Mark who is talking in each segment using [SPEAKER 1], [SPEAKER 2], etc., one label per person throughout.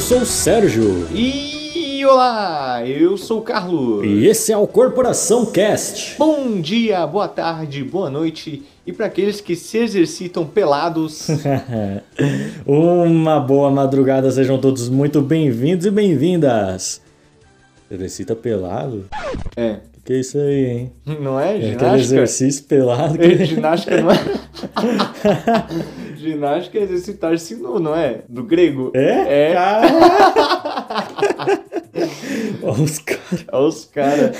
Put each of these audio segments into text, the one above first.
[SPEAKER 1] sou o Sérgio.
[SPEAKER 2] E olá, eu sou o Carlos.
[SPEAKER 1] E esse é o Corporação Cast.
[SPEAKER 2] Bom dia, boa tarde, boa noite e para aqueles que se exercitam pelados.
[SPEAKER 1] Uma boa madrugada, sejam todos muito bem-vindos e bem-vindas. Exercita pelado?
[SPEAKER 2] É,
[SPEAKER 1] Que é isso aí, hein?
[SPEAKER 2] não é
[SPEAKER 1] É aquele
[SPEAKER 2] ginástica?
[SPEAKER 1] exercício pelado
[SPEAKER 2] É,
[SPEAKER 1] que...
[SPEAKER 2] ginástica não é. ginástica é exercitar-se nu, não é? Do grego?
[SPEAKER 1] É?
[SPEAKER 2] É,
[SPEAKER 1] Cara- Ó, os caras.
[SPEAKER 2] olha os caras.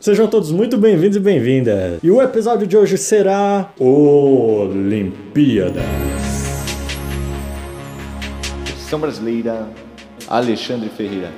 [SPEAKER 1] Sejam todos muito bem-vindos e bem-vindas. E o episódio de hoje será Olimpíada.
[SPEAKER 2] São brasileira, Alexandre Ferreira.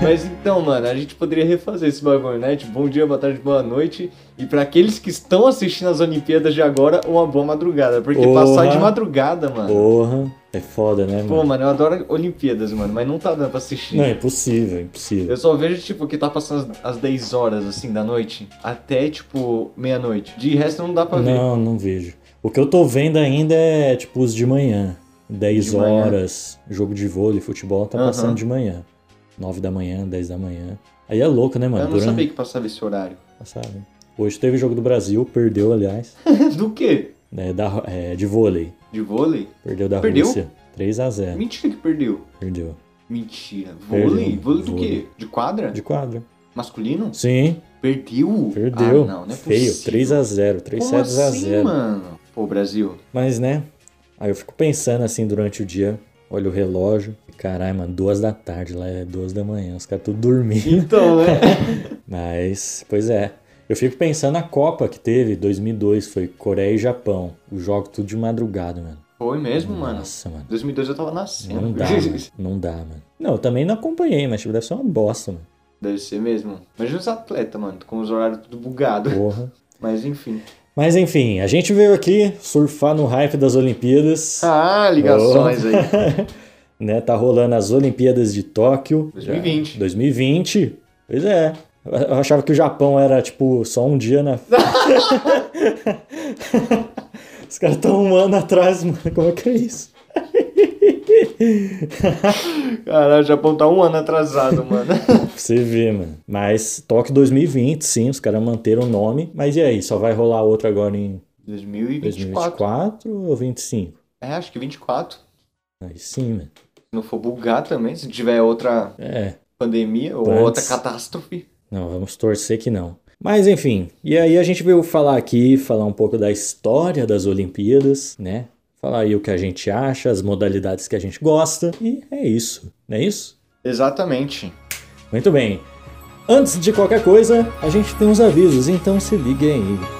[SPEAKER 2] Mas então, mano, a gente poderia refazer esse bagulho, né? Tipo, bom dia, boa tarde, boa noite. E pra aqueles que estão assistindo as Olimpíadas de agora, uma boa madrugada. Porque
[SPEAKER 1] Porra.
[SPEAKER 2] passar de madrugada, mano.
[SPEAKER 1] Porra, é foda, né,
[SPEAKER 2] Pô,
[SPEAKER 1] mano?
[SPEAKER 2] mano, eu adoro Olimpíadas, mano, mas não tá dando pra assistir.
[SPEAKER 1] Não, é impossível, é impossível.
[SPEAKER 2] Eu só vejo, tipo, que tá passando às- às 10 horas, assim, da noite, até, tipo, meia-noite. De resto, não dá pra ver.
[SPEAKER 1] Não, não vejo. O que eu tô vendo ainda é, tipo, os de manhã. 10
[SPEAKER 2] De manhã.
[SPEAKER 1] horas, jogo de vôlei, futebol, tá
[SPEAKER 2] Aham.
[SPEAKER 1] passando de manhã. 9 da manhã, 10 da manhã. Aí é louco, né, mano?
[SPEAKER 2] eu não sabia que passava esse horário.
[SPEAKER 1] Sabe? Hoje teve jogo do Brasil, perdeu, aliás,
[SPEAKER 2] Do quê?
[SPEAKER 1] né, da, é, de vôlei.
[SPEAKER 2] De vôlei?
[SPEAKER 1] Perdeu da
[SPEAKER 2] Perdeu?
[SPEAKER 1] Rússia. 3 a 0
[SPEAKER 2] Mentira que perdeu.
[SPEAKER 1] Perdeu.
[SPEAKER 2] Mentira. Vôlei?
[SPEAKER 1] É. Perdeu.
[SPEAKER 2] Vôlei do
[SPEAKER 1] Vôlei.
[SPEAKER 2] quê? De quadra?
[SPEAKER 1] De quadra.
[SPEAKER 2] Masculino?
[SPEAKER 1] Sim,
[SPEAKER 2] Perdeu?
[SPEAKER 1] perdeu.
[SPEAKER 2] Ah, não, não é
[SPEAKER 1] Feio,
[SPEAKER 2] possível.
[SPEAKER 1] 3 a 0 3
[SPEAKER 2] Como
[SPEAKER 1] sets a
[SPEAKER 2] assim,
[SPEAKER 1] 0
[SPEAKER 2] mano? Pô, Brasil.
[SPEAKER 1] Mas, né? Aí eu fico pensando assim durante o dia. Olha o relógio. e Caralho, mano, duas da tarde lá, é duas da manhã. Os caras tudo dormindo.
[SPEAKER 2] Então, né?
[SPEAKER 1] Mas, pois é. Eu fico pensando na Copa que teve, 2002, foi Coreia e Japão. O jogo tudo de madrugada, mano.
[SPEAKER 2] Foi mesmo, mano.
[SPEAKER 1] Nossa, mano.
[SPEAKER 2] 2002 eu tava
[SPEAKER 1] Não
[SPEAKER 2] nascendo.
[SPEAKER 1] dá, mano. Não dá, mano. Não, eu também não acompanhei, mas tipo, deve ser uma bosta, mano.
[SPEAKER 2] Deve ser mesmo. Imagina os atletas, mano, com os horários tudo bugado.
[SPEAKER 1] Porra.
[SPEAKER 2] Mas, enfim.
[SPEAKER 1] Mas enfim, a gente veio aqui surfar no hype das Olimpíadas.
[SPEAKER 2] Ah, ligações aí.
[SPEAKER 1] né, tá rolando as Olimpíadas de Tóquio.
[SPEAKER 2] 2020.
[SPEAKER 1] Já- 2020. Pois é. Eu achava que o Japão era, tipo, só um dia na. Os caras estão um ano atrás, mano. Como é que é isso?
[SPEAKER 2] Caralho, o Japão tá um ano atrasado, mano.
[SPEAKER 1] Pra você ver, mano. Mas Tóquio 2020, sim, os caras manteram o nome. Mas e aí? Só vai rolar outro agora em
[SPEAKER 2] 2024.
[SPEAKER 1] 2024 ou 25?
[SPEAKER 2] É, acho que 24. Se
[SPEAKER 1] Aí sim, mano.
[SPEAKER 2] não for bugar também, se tiver outra
[SPEAKER 1] É.
[SPEAKER 2] pandemia ou
[SPEAKER 1] Antes.
[SPEAKER 2] outra catástrofe.
[SPEAKER 1] Não, vamos torcer que não. Mas enfim, e aí a gente veio falar aqui, falar um pouco da história das Olimpíadas, né? Falar aí o que a gente acha, as modalidades que a gente gosta, e é isso, não é isso?
[SPEAKER 2] Exatamente.
[SPEAKER 1] Muito bem. Antes de qualquer coisa, a gente tem uns avisos, então se liguem aí.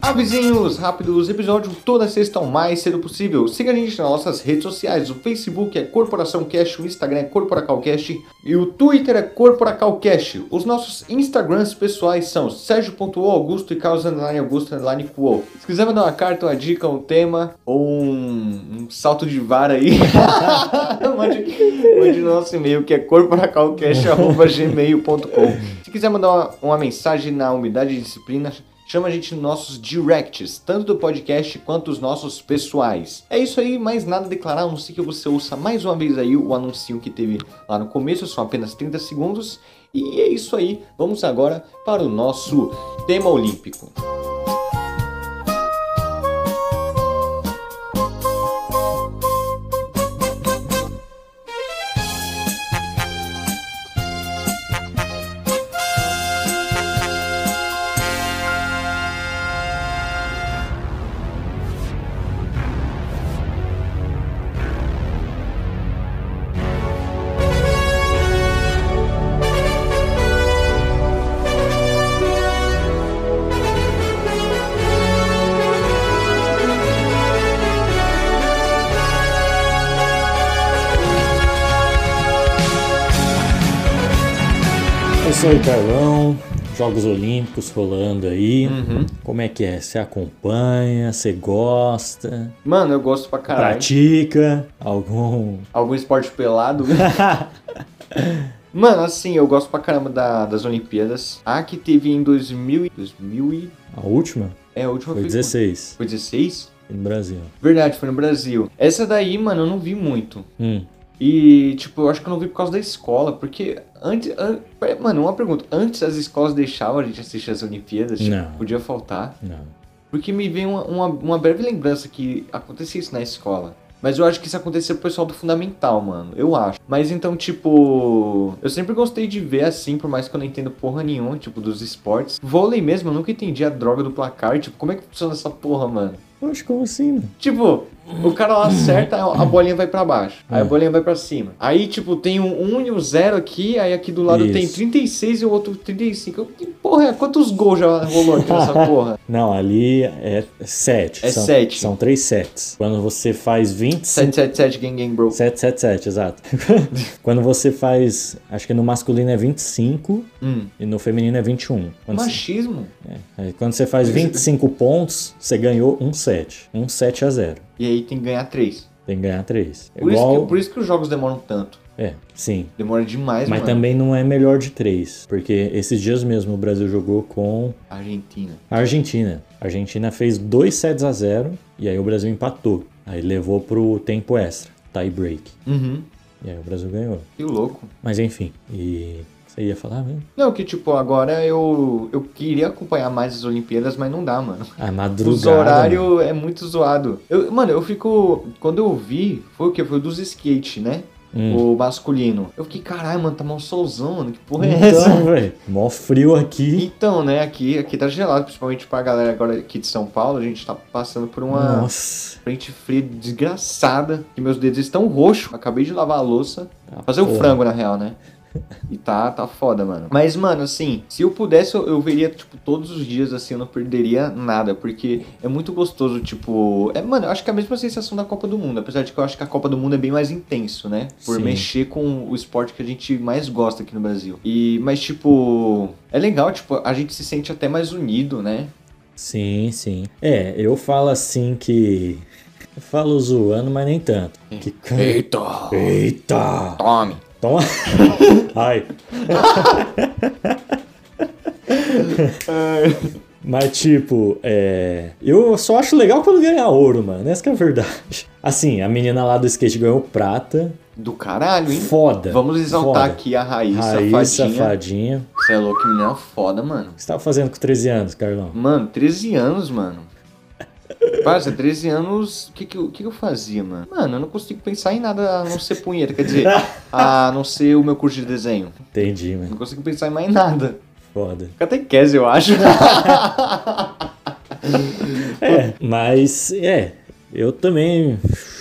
[SPEAKER 2] Avisinhos rápidos, episódio toda sexta o mais cedo possível. Siga a gente nas nossas redes sociais. O Facebook é Corporação Cash, o Instagram é CorporacalCast e o Twitter é CorporacalCast. Os nossos Instagrams pessoais são Sérgio.o Augusto e Carlos Underline Augusto Underline Quo. Se quiser mandar uma carta, uma dica, um tema ou um, um salto de vara aí, mande, mande nosso e-mail que é corporacalcast.gmail.com. Se quiser mandar uma, uma mensagem na umidade de disciplina, Chama a gente nos nossos directs, tanto do podcast quanto os nossos pessoais. É isso aí, mais nada a declarar, a não ser que você ouça mais uma vez aí o anúncio que teve lá no começo, são apenas 30 segundos. E é isso aí, vamos agora para o nosso tema olímpico.
[SPEAKER 1] Eu sou o É Carlão, Jogos Olímpicos rolando aí.
[SPEAKER 2] Uhum.
[SPEAKER 1] Como é que é? Você acompanha, você gosta,
[SPEAKER 2] Mano, eu gosto pra caralho.
[SPEAKER 1] pratica algum.
[SPEAKER 2] Algum esporte pelado. Mano, assim, eu gosto pra caramba da- das Olimpíadas. A que teve em 2000 e... 2000 e...
[SPEAKER 1] A última?
[SPEAKER 2] É, a última
[SPEAKER 1] Foi 16
[SPEAKER 2] Foi 16?
[SPEAKER 1] no Brasil.
[SPEAKER 2] Verdade, foi no Brasil. Essa daí, mano, eu não vi muito.
[SPEAKER 1] Hum.
[SPEAKER 2] E, tipo, eu acho que eu não vi por causa da escola, porque antes. an- pera- Mano, uma pergunta. Antes as escolas deixavam a gente assistir as Olimpíadas? Tipo,
[SPEAKER 1] Não.
[SPEAKER 2] Podia faltar?
[SPEAKER 1] Não.
[SPEAKER 2] Porque me vem uma, uma, uma breve lembrança que acontecia isso na escola. Mas eu acho que isso acontecia pro pessoal do fundamental, mano. Eu acho. Mas então, tipo. Eu sempre gostei de ver assim, por mais que eu não entenda porra nenhuma, tipo, dos esportes. Vôlei mesmo, eu nunca entendi a droga do placar. Tipo, como é que funciona essa porra, mano?
[SPEAKER 1] Poxa, como assim, mano?
[SPEAKER 2] Tipo, o cara
[SPEAKER 1] Uhum.
[SPEAKER 2] lá acerta, a bolinha vai pra baixo. Aí a
[SPEAKER 1] Hum.
[SPEAKER 2] bolinha vai pra cima. Aí, tipo, tem um 1 e um 0 aqui, aí aqui do lado tem
[SPEAKER 1] Isso.
[SPEAKER 2] 36 e o outro 35. Eu, que porra, é? quantos gols já rolou aqui nessa porra?
[SPEAKER 1] Não, ali é sete.
[SPEAKER 2] É
[SPEAKER 1] são,
[SPEAKER 2] sete.
[SPEAKER 1] São três sets. Quando você faz 25.
[SPEAKER 2] 777 Gang Gang Bro.
[SPEAKER 1] 777, exato. Quando você faz. Acho que no masculino é 25
[SPEAKER 2] Hum.
[SPEAKER 1] e no feminino é 21. Quando você-
[SPEAKER 2] Machismo?
[SPEAKER 1] Aí, quando você faz 25 pontos, você ganhou um set. Um set a zero.
[SPEAKER 2] E aí tem que ganhar 3.
[SPEAKER 1] Tem que ganhar três. É
[SPEAKER 2] Por,
[SPEAKER 1] Igual.
[SPEAKER 2] isso que, por isso que os jogos demoram tanto.
[SPEAKER 1] É, sim.
[SPEAKER 2] Demora demais,
[SPEAKER 1] Mas
[SPEAKER 2] mano.
[SPEAKER 1] também não é melhor de três. Porque esses dias mesmo o Brasil jogou com
[SPEAKER 2] Argentina.
[SPEAKER 1] a Argentina. A Argentina fez dois sets a zero e aí o Brasil empatou. Aí levou pro tempo extra, tie break.
[SPEAKER 2] Uhum.
[SPEAKER 1] E aí o Brasil ganhou.
[SPEAKER 2] Que louco.
[SPEAKER 1] Mas enfim, e. Você ia falar mesmo?
[SPEAKER 2] Não, que tipo, agora eu, eu queria acompanhar mais as Olimpíadas, mas não dá, mano.
[SPEAKER 1] A
[SPEAKER 2] Os
[SPEAKER 1] madrugada. mano.
[SPEAKER 2] horário é muito zoado. Eu, mano, eu fico. Quando eu vi, foi o que? Foi o dos skate, né?
[SPEAKER 1] Hum.
[SPEAKER 2] O masculino. Eu fiquei, caralho, mano, tá mal solzão, mano. Que porra é essa?
[SPEAKER 1] Então, velho. Mó frio aqui.
[SPEAKER 2] Então, né, aqui, aqui tá gelado, principalmente pra galera agora aqui de São Paulo, a gente tá passando por uma
[SPEAKER 1] Nossa.
[SPEAKER 2] frente fria desgraçada, que meus dedos estão roxos. Acabei de lavar a louça.
[SPEAKER 1] Tá,
[SPEAKER 2] Fazer o
[SPEAKER 1] porra.
[SPEAKER 2] frango, na real, né? E tá, tá foda, mano. Mas, mano, assim, se eu pudesse, eu, eu veria, tipo, todos os dias, assim, eu não perderia nada, porque é muito gostoso, tipo. É, mano, eu acho que é a mesma sensação da Copa do Mundo, apesar de que eu acho que a Copa do Mundo é bem mais intenso, né? Por
[SPEAKER 1] Sim.
[SPEAKER 2] mexer com o esporte que a gente mais gosta aqui no Brasil. E, mas, tipo, é legal, tipo, a gente se sente até mais unido, né?
[SPEAKER 1] Sim, sim. É, eu falo assim que. Eu falo zoando, mas nem tanto. Que cara.
[SPEAKER 2] Eita!
[SPEAKER 1] Eita!
[SPEAKER 2] Tome!
[SPEAKER 1] Toma. Então, Ai. Mas, tipo, é. Eu só acho legal quando ganha ouro, mano. Essa que é a verdade. Assim, a menina lá do skate ganhou prata.
[SPEAKER 2] Do caralho, hein?
[SPEAKER 1] Foda.
[SPEAKER 2] Vamos exaltar
[SPEAKER 1] foda.
[SPEAKER 2] aqui a raiz,
[SPEAKER 1] Raíssa
[SPEAKER 2] safadinha.
[SPEAKER 1] safadinha.
[SPEAKER 2] Você é louco, que menina foda, mano.
[SPEAKER 1] O que você tava fazendo com 13 anos, Carlão?
[SPEAKER 2] Mano, 13 anos, mano. Parça, 13 anos, o que, que, eu- o que que eu fazia, mano? Mano, eu não consigo pensar em nada a não ser punheta, quer dizer, a não ser o meu curso de desenho.
[SPEAKER 1] Entendi, mano.
[SPEAKER 2] Não consigo pensar em mais nada.
[SPEAKER 1] Foda.
[SPEAKER 2] Catequese, eu acho.
[SPEAKER 1] É, mas é, eu também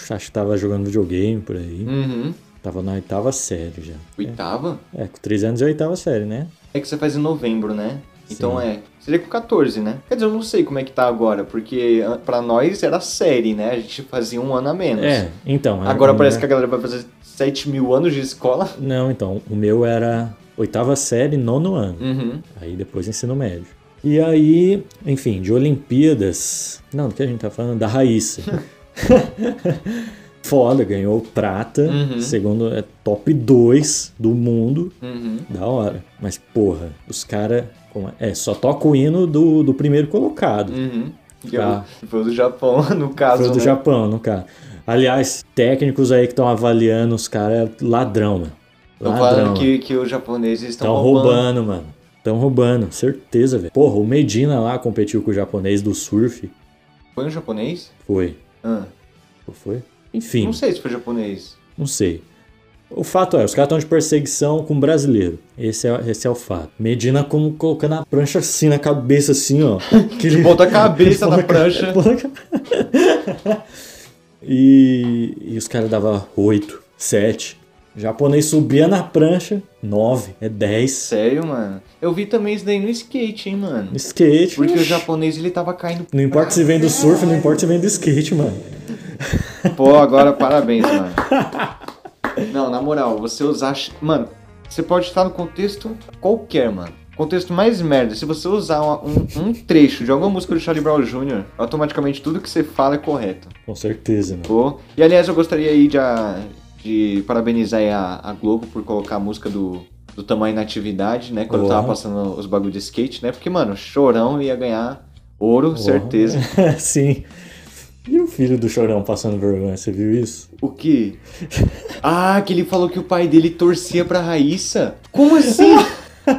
[SPEAKER 1] acho que tava jogando videogame por aí.
[SPEAKER 2] uhum.
[SPEAKER 1] Tava na oitava série já.
[SPEAKER 2] Oitava?
[SPEAKER 1] É, com 3 anos é oitava série, né?
[SPEAKER 2] É que você faz em novembro, né? Então
[SPEAKER 1] Sim.
[SPEAKER 2] é. Seria com 14, né? Quer dizer, eu não sei como é que tá agora, porque ah, pra nós era série, né? A gente fazia um ano a menos.
[SPEAKER 1] É, então.
[SPEAKER 2] Agora parece que a galera vai fazer 7 mil anos de escola.
[SPEAKER 1] que. Não, então, o meu era oitava série, nono ano.
[SPEAKER 2] Uhum.
[SPEAKER 1] Aí depois ensino médio. E aí, enfim, de Olimpíadas. Não, do que a gente tá falando? Da Raíssa. Foda, ganhou prata.
[SPEAKER 2] Uhum.
[SPEAKER 1] Segundo, é top 2 do mundo.
[SPEAKER 2] Uhum.
[SPEAKER 1] Da hora. Mas, porra, os caras. É, só toca o hino do, do primeiro colocado.
[SPEAKER 2] Uhum. E
[SPEAKER 1] Tá.
[SPEAKER 2] eu- Foi o do Japão, no caso.
[SPEAKER 1] Foi do
[SPEAKER 2] né?
[SPEAKER 1] Japão, no cara. Aliás, técnicos aí que estão avaliando os caras é ladrão, mano.
[SPEAKER 2] Estão
[SPEAKER 1] Ladrão.
[SPEAKER 2] falando Então que, que os japoneses estão
[SPEAKER 1] Estão
[SPEAKER 2] roubando.
[SPEAKER 1] roubando, mano. Estão roubando, certeza, velho. Porra, o Medina lá competiu com o japonês do surf.
[SPEAKER 2] Foi um japonês?
[SPEAKER 1] Foi.
[SPEAKER 2] Ah,
[SPEAKER 1] Ou Foi? Enfim,
[SPEAKER 2] não sei se foi japonês.
[SPEAKER 1] não sei. O fato é, os caras estão de perseguição com o brasileiro. Esse é, esse é o fato. Medina como colocando a prancha assim na cabeça, assim, ó. Aquele-
[SPEAKER 2] Bota a cabeça na prancha.
[SPEAKER 1] e, e os caras davam 8, 7. Japonês subia na prancha, 9, é 10.
[SPEAKER 2] Sério, mano. Eu vi também isso daí no skate, hein, mano.
[SPEAKER 1] Skate.
[SPEAKER 2] Porque o japonês ele tava caindo.
[SPEAKER 1] Não importa se vem do surf, não importa se vem do skate, mano.
[SPEAKER 2] Pô, agora parabéns, mano. Não, na moral, você usar. chi- Mano, Você pode estar no contexto qualquer, mano. Contexto mais merda. Se você usar uma- um, um trecho de alguma música do Charlie Brown Jr., automaticamente tudo que você fala é correto.
[SPEAKER 1] Com certeza, mano.
[SPEAKER 2] Pô. E aliás, eu gostaria aí de, a- de parabenizar aí a, a Globo por colocar a música do, do Tamanho na Atividade, né? Quando eu
[SPEAKER 1] Porra.
[SPEAKER 2] tava passando os bagulho de skate, né? Porque, mano, chorão ia ganhar ouro,
[SPEAKER 1] Porra.
[SPEAKER 2] certeza.
[SPEAKER 1] Sim. E o filho do Chorão passando vergonha, você viu isso?
[SPEAKER 2] O que? Ah, que ele falou que o pai dele torcia pra Raíssa. Como assim?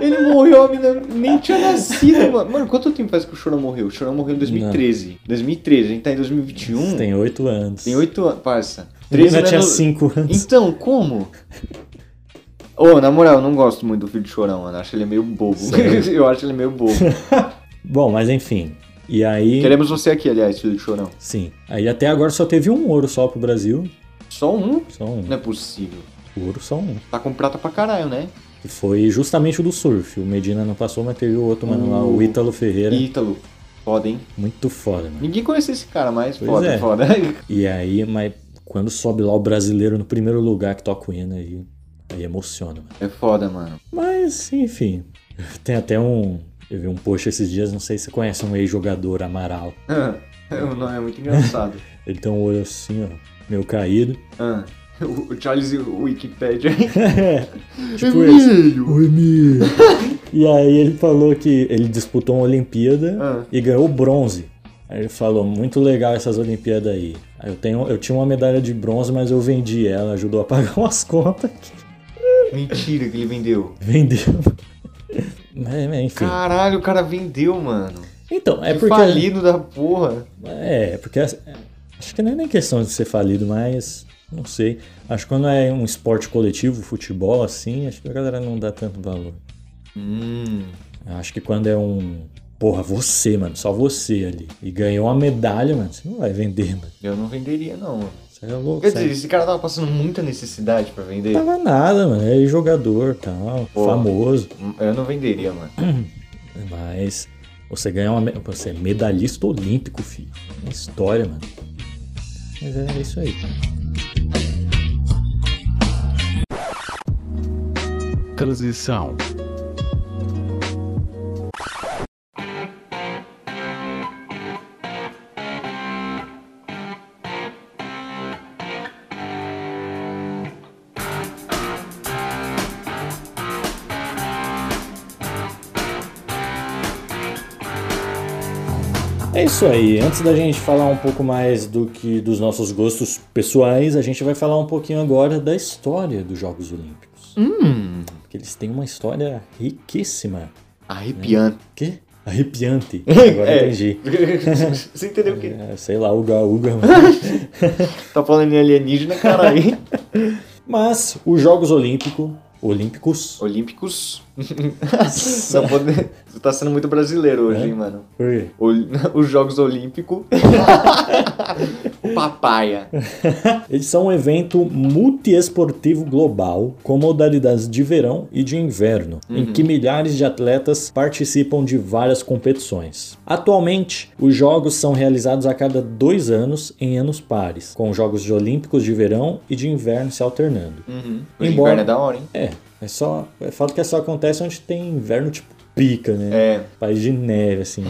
[SPEAKER 2] Ele morreu, a menina nem tinha nascido, mano. Mano, quanto tempo faz que o Chorão morreu? O Chorão morreu em 2013. 2013, a gente tá em 2021.
[SPEAKER 1] Tem oito anos.
[SPEAKER 2] Tem oito né, anos, parça.
[SPEAKER 1] Três
[SPEAKER 2] anos.
[SPEAKER 1] tinha cinco anos.
[SPEAKER 2] Então, como? Ô, na moral, eu não gosto muito do filho de Chorão, mano. Acho ele meio bobo.
[SPEAKER 1] Sério?
[SPEAKER 2] eu acho ele meio bobo.
[SPEAKER 1] Bom, mas enfim. E aí.
[SPEAKER 2] Queremos você aqui, aliás, filho de Chorão.
[SPEAKER 1] Sim. Aí até agora só teve um ouro só pro Brasil.
[SPEAKER 2] Só um?
[SPEAKER 1] Só um.
[SPEAKER 2] Não é possível.
[SPEAKER 1] Ouro, só um.
[SPEAKER 2] Tá com prata pra caralho, né?
[SPEAKER 1] Que foi justamente o do surf. O Medina não passou, mas teve o outro mano lá, o
[SPEAKER 2] O-
[SPEAKER 1] Ítalo Ferreira.
[SPEAKER 2] Ítalo. Foda, hein?
[SPEAKER 1] Muito foda, mano.
[SPEAKER 2] Ninguém conhecia esse cara, mas
[SPEAKER 1] Pois
[SPEAKER 2] foda,
[SPEAKER 1] é.
[SPEAKER 2] foda.
[SPEAKER 1] E aí, mas quando sobe lá o brasileiro no primeiro lugar que toca o hino, aí, aí emociona, mano.
[SPEAKER 2] É foda, mano.
[SPEAKER 1] Mas, enfim. Tem até um. Eu vi um post esses dias, não sei se você conhece um ex-jogador Amaral.
[SPEAKER 2] O nome é muito engraçado.
[SPEAKER 1] Ele tem um olho assim, ó, meio caído.
[SPEAKER 2] Ah, o o Charles e o Wikipedia.
[SPEAKER 1] Tipo esse.
[SPEAKER 2] Emílio!
[SPEAKER 1] Oi, Mi. E aí ele falou que ele disputou uma Olimpíada
[SPEAKER 2] Ah.
[SPEAKER 1] e ganhou bronze. Aí ele falou, muito legal essas Olimpíadas aí. Aí eu, tenho, eu tinha uma medalha de bronze, mas eu vendi ela, ajudou a pagar umas contas que
[SPEAKER 2] Mentira que ele vendeu.
[SPEAKER 1] vendeu. Mas, mas, enfim.
[SPEAKER 2] Caralho, o cara vendeu, mano.
[SPEAKER 1] Então, é
[SPEAKER 2] Que
[SPEAKER 1] porque.
[SPEAKER 2] Falido da porra.
[SPEAKER 1] É, é porque as- é, acho que não é nem questão de ser falido, mas não sei. Acho que quando é um esporte coletivo, futebol assim, acho que a galera não dá tanto valor.
[SPEAKER 2] Hum.
[SPEAKER 1] Eu acho que quando é um. Porra, você, mano, só você ali. E ganhou uma medalha, mano, você não vai vender, mano.
[SPEAKER 2] Eu não venderia, não. mano.
[SPEAKER 1] Você é louco,
[SPEAKER 2] Quer
[SPEAKER 1] você
[SPEAKER 2] dizer, esse cara tava passando muita necessidade pra vender.
[SPEAKER 1] não tava nada, mano. É jogador tal,
[SPEAKER 2] Pô.
[SPEAKER 1] famoso.
[SPEAKER 2] Eu não venderia, mano.
[SPEAKER 1] Mas você ganha uma. me- Você é medalhista olímpico, filho. Uma história, mano. Mas é isso aí.
[SPEAKER 3] Transição.
[SPEAKER 1] É isso aí. Antes da gente falar um pouco mais do que dos nossos gostos pessoais, a gente vai falar um pouquinho agora da história dos Jogos Olímpicos.
[SPEAKER 2] Hum.
[SPEAKER 1] Porque eles têm uma história riquíssima.
[SPEAKER 2] Arrepiante.
[SPEAKER 1] Que? Arrepiante. Agora
[SPEAKER 2] É.
[SPEAKER 1] entendi.
[SPEAKER 2] Você entendeu o que?
[SPEAKER 1] É, sei lá, Uga Uga, mano.
[SPEAKER 2] Tá falando em alienígena, caralho.
[SPEAKER 1] Mas os Jogos Olímpico, Olímpicos.
[SPEAKER 2] Olímpicos. Não pode... Você tá sendo muito brasileiro hoje, hein, mano.
[SPEAKER 1] Por quê?
[SPEAKER 2] Ol- Os Jogos Olímpicos. Papaya.
[SPEAKER 1] Eles são um evento multiesportivo global, com modalidades de verão e de inverno, em
[SPEAKER 2] Uhum.
[SPEAKER 1] que milhares de atletas participam de várias competições. Atualmente, os jogos são realizados a cada dois anos em anos pares, com jogos de olímpicos de verão e de inverno se alternando.
[SPEAKER 2] Uhum. O
[SPEAKER 1] Embora-
[SPEAKER 2] inverno é da hora, hein?
[SPEAKER 1] É, é só. É fato que só acontece onde tem inverno tipo pica, né?
[SPEAKER 2] É,
[SPEAKER 1] País de neve, assim.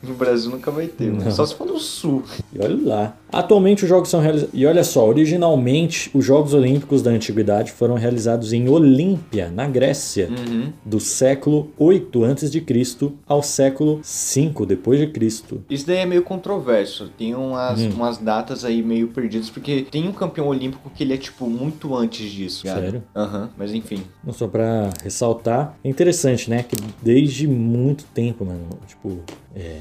[SPEAKER 2] no Brasil nunca vai ter. mano.
[SPEAKER 1] Não.
[SPEAKER 2] Só se for no sul.
[SPEAKER 1] E olha lá. Atualmente os jogos são realizados. E olha só, originalmente os Jogos Olímpicos da Antiguidade foram realizados em Olímpia, na Grécia,
[SPEAKER 2] Uhum.
[SPEAKER 1] do século 8 a.C. ao século 5 depois de Cristo.
[SPEAKER 2] Isso daí é meio controverso. Tem umas,
[SPEAKER 1] Hum.
[SPEAKER 2] umas datas aí meio perdidas, porque tem um campeão olímpico que ele é, tipo, muito antes disso. cara.
[SPEAKER 1] Sério?
[SPEAKER 2] Aham, mas enfim.
[SPEAKER 1] Não Então, só pra ressaltar, é interessante, né, que desde muito tempo, mano, tipo, é,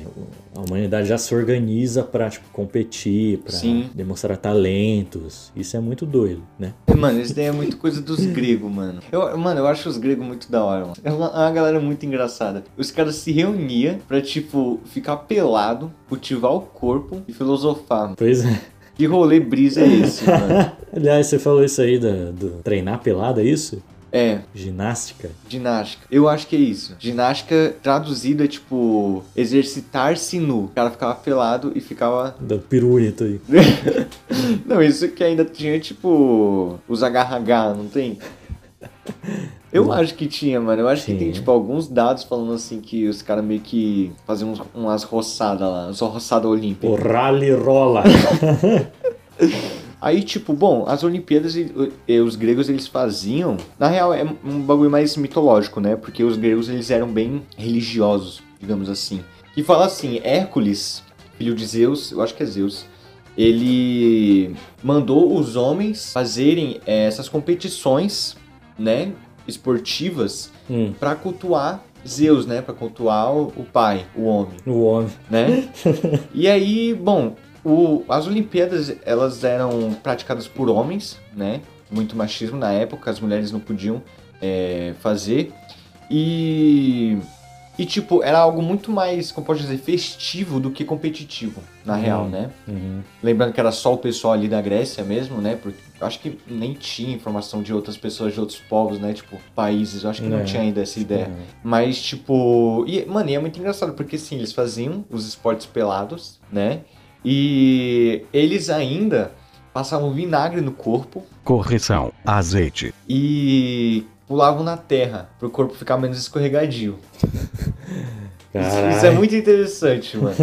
[SPEAKER 1] a humanidade já se organiza pra, tipo, competir, pra
[SPEAKER 2] Sim.
[SPEAKER 1] demonstrar talentos. Isso é muito doido, né?
[SPEAKER 2] Mano, isso daí é muito coisa dos gregos, mano. Eu, mano, eu acho os gregos muito da hora, mano. É uma, é uma galera muito engraçada. Os caras se reuniam pra, tipo, ficar pelado, cultivar o corpo e filosofar. mano.
[SPEAKER 1] Pois é.
[SPEAKER 2] Que rolê brisa é esse, mano?
[SPEAKER 1] Aliás, você falou isso aí da- do treinar pelada, é isso?
[SPEAKER 2] É,
[SPEAKER 1] Ginástica?
[SPEAKER 2] Ginástica. Eu acho que é isso. Ginástica traduzida é tipo exercitar-se nu. O cara ficava pelado e ficava.
[SPEAKER 1] Da pirueta aí.
[SPEAKER 2] Não, isso que ainda tinha tipo os agarragar, não tem? Eu acho que tinha, mano. Eu acho
[SPEAKER 1] Sim.
[SPEAKER 2] que tem, tipo, alguns dados falando assim que os caras meio que faziam uns- umas roçadas lá, só roçada olímpica.
[SPEAKER 1] O rally rola.
[SPEAKER 2] Aí, tipo, bom, as Olimpíadas e, e os gregos eles faziam. Na real, é um bagulho mais mitológico, né? Porque os gregos eles eram bem religiosos, digamos assim. E fala assim: Hércules, filho de Zeus, eu acho que é Zeus, ele mandou os homens fazerem eh, essas competições, né? Esportivas
[SPEAKER 1] Hum,
[SPEAKER 2] pra cultuar Zeus, né? Pra cultuar o o pai, o homem
[SPEAKER 1] o homem.
[SPEAKER 2] né? e aí, bom, o- as Olimpíadas elas eram praticadas por homens, né? Muito machismo na época, as mulheres não podiam é, fazer. E e tipo era algo muito mais, como posso dizer, festivo do que competitivo, na real,
[SPEAKER 1] Hum.
[SPEAKER 2] né?
[SPEAKER 1] Uhum.
[SPEAKER 2] Lembrando que era só o pessoal ali da Grécia mesmo, né? Porque eu acho que nem tinha informação de outras pessoas de outros povos, né? Tipo, países. Eu acho que não
[SPEAKER 1] É.
[SPEAKER 2] tinha ainda essa ideia.
[SPEAKER 1] Uhum.
[SPEAKER 2] Mas, tipo. E, mano, e é muito engraçado, porque sim, eles faziam os esportes pelados, né? E eles ainda passavam vinagre no corpo
[SPEAKER 3] Correção: azeite.
[SPEAKER 2] e pulavam na terra pro corpo ficar menos escorregadio. Isso-
[SPEAKER 1] Caralho.
[SPEAKER 2] Isso é muito interessante, mano.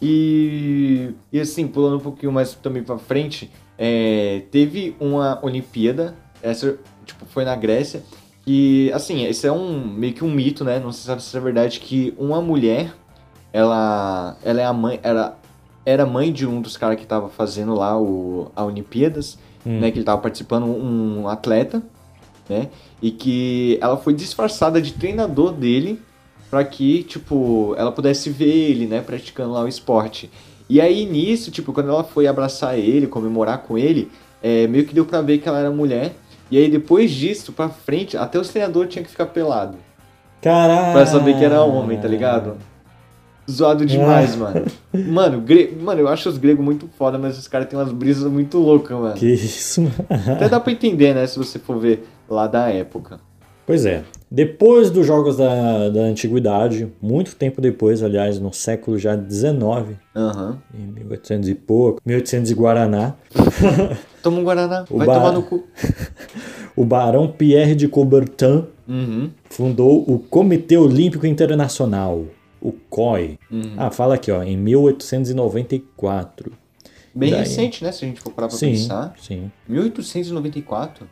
[SPEAKER 2] e, e assim, pulando um pouquinho mais também pra frente, é, teve uma Olimpíada, essa tipo, foi na Grécia, e assim, esse é um meio que um mito, né? Não se sabe se é verdade, que uma mulher, ela, ela é a mãe, era, era mãe de um dos caras que tava fazendo lá o, a Olimpíadas,
[SPEAKER 1] Hum.
[SPEAKER 2] né? Que ele tava participando, um atleta, né? E que ela foi disfarçada de treinador dele pra que, tipo, ela pudesse ver ele, né, praticando lá o esporte. E aí, nisso, tipo, quando ela foi abraçar ele, comemorar com ele, é, meio que deu pra ver que ela era mulher. E aí, depois disso, pra frente, até os treinadores tinham que ficar pelado.
[SPEAKER 1] Caralho.
[SPEAKER 2] Pra saber que era homem, tá ligado? Zoado demais, mano. Mano, gre... mano, eu acho os gregos muito foda, mas os caras têm umas brisas muito loucas, mano.
[SPEAKER 1] Que isso, mano.
[SPEAKER 2] Até dá pra entender, né, se você for ver lá da época.
[SPEAKER 1] Pois é. Depois dos Jogos da, da Antiguidade, muito tempo depois, aliás, no século já XIX,
[SPEAKER 2] Aham.
[SPEAKER 1] em 1800 e pouco, 1800 e Guaraná,
[SPEAKER 2] Toma um Guaraná,
[SPEAKER 1] O
[SPEAKER 2] vai
[SPEAKER 1] bar-
[SPEAKER 2] tomar no cu.
[SPEAKER 1] o barão Pierre de Coubertin
[SPEAKER 2] Uhum,
[SPEAKER 1] fundou o Comitê Olímpico Internacional, o COI.
[SPEAKER 2] uhum.
[SPEAKER 1] Ah, fala aqui, ó, em 1894.
[SPEAKER 2] Bem
[SPEAKER 1] daí?
[SPEAKER 2] recente, né, se a gente for parar pra
[SPEAKER 1] sim,
[SPEAKER 2] pensar.
[SPEAKER 1] sim.
[SPEAKER 2] 1894?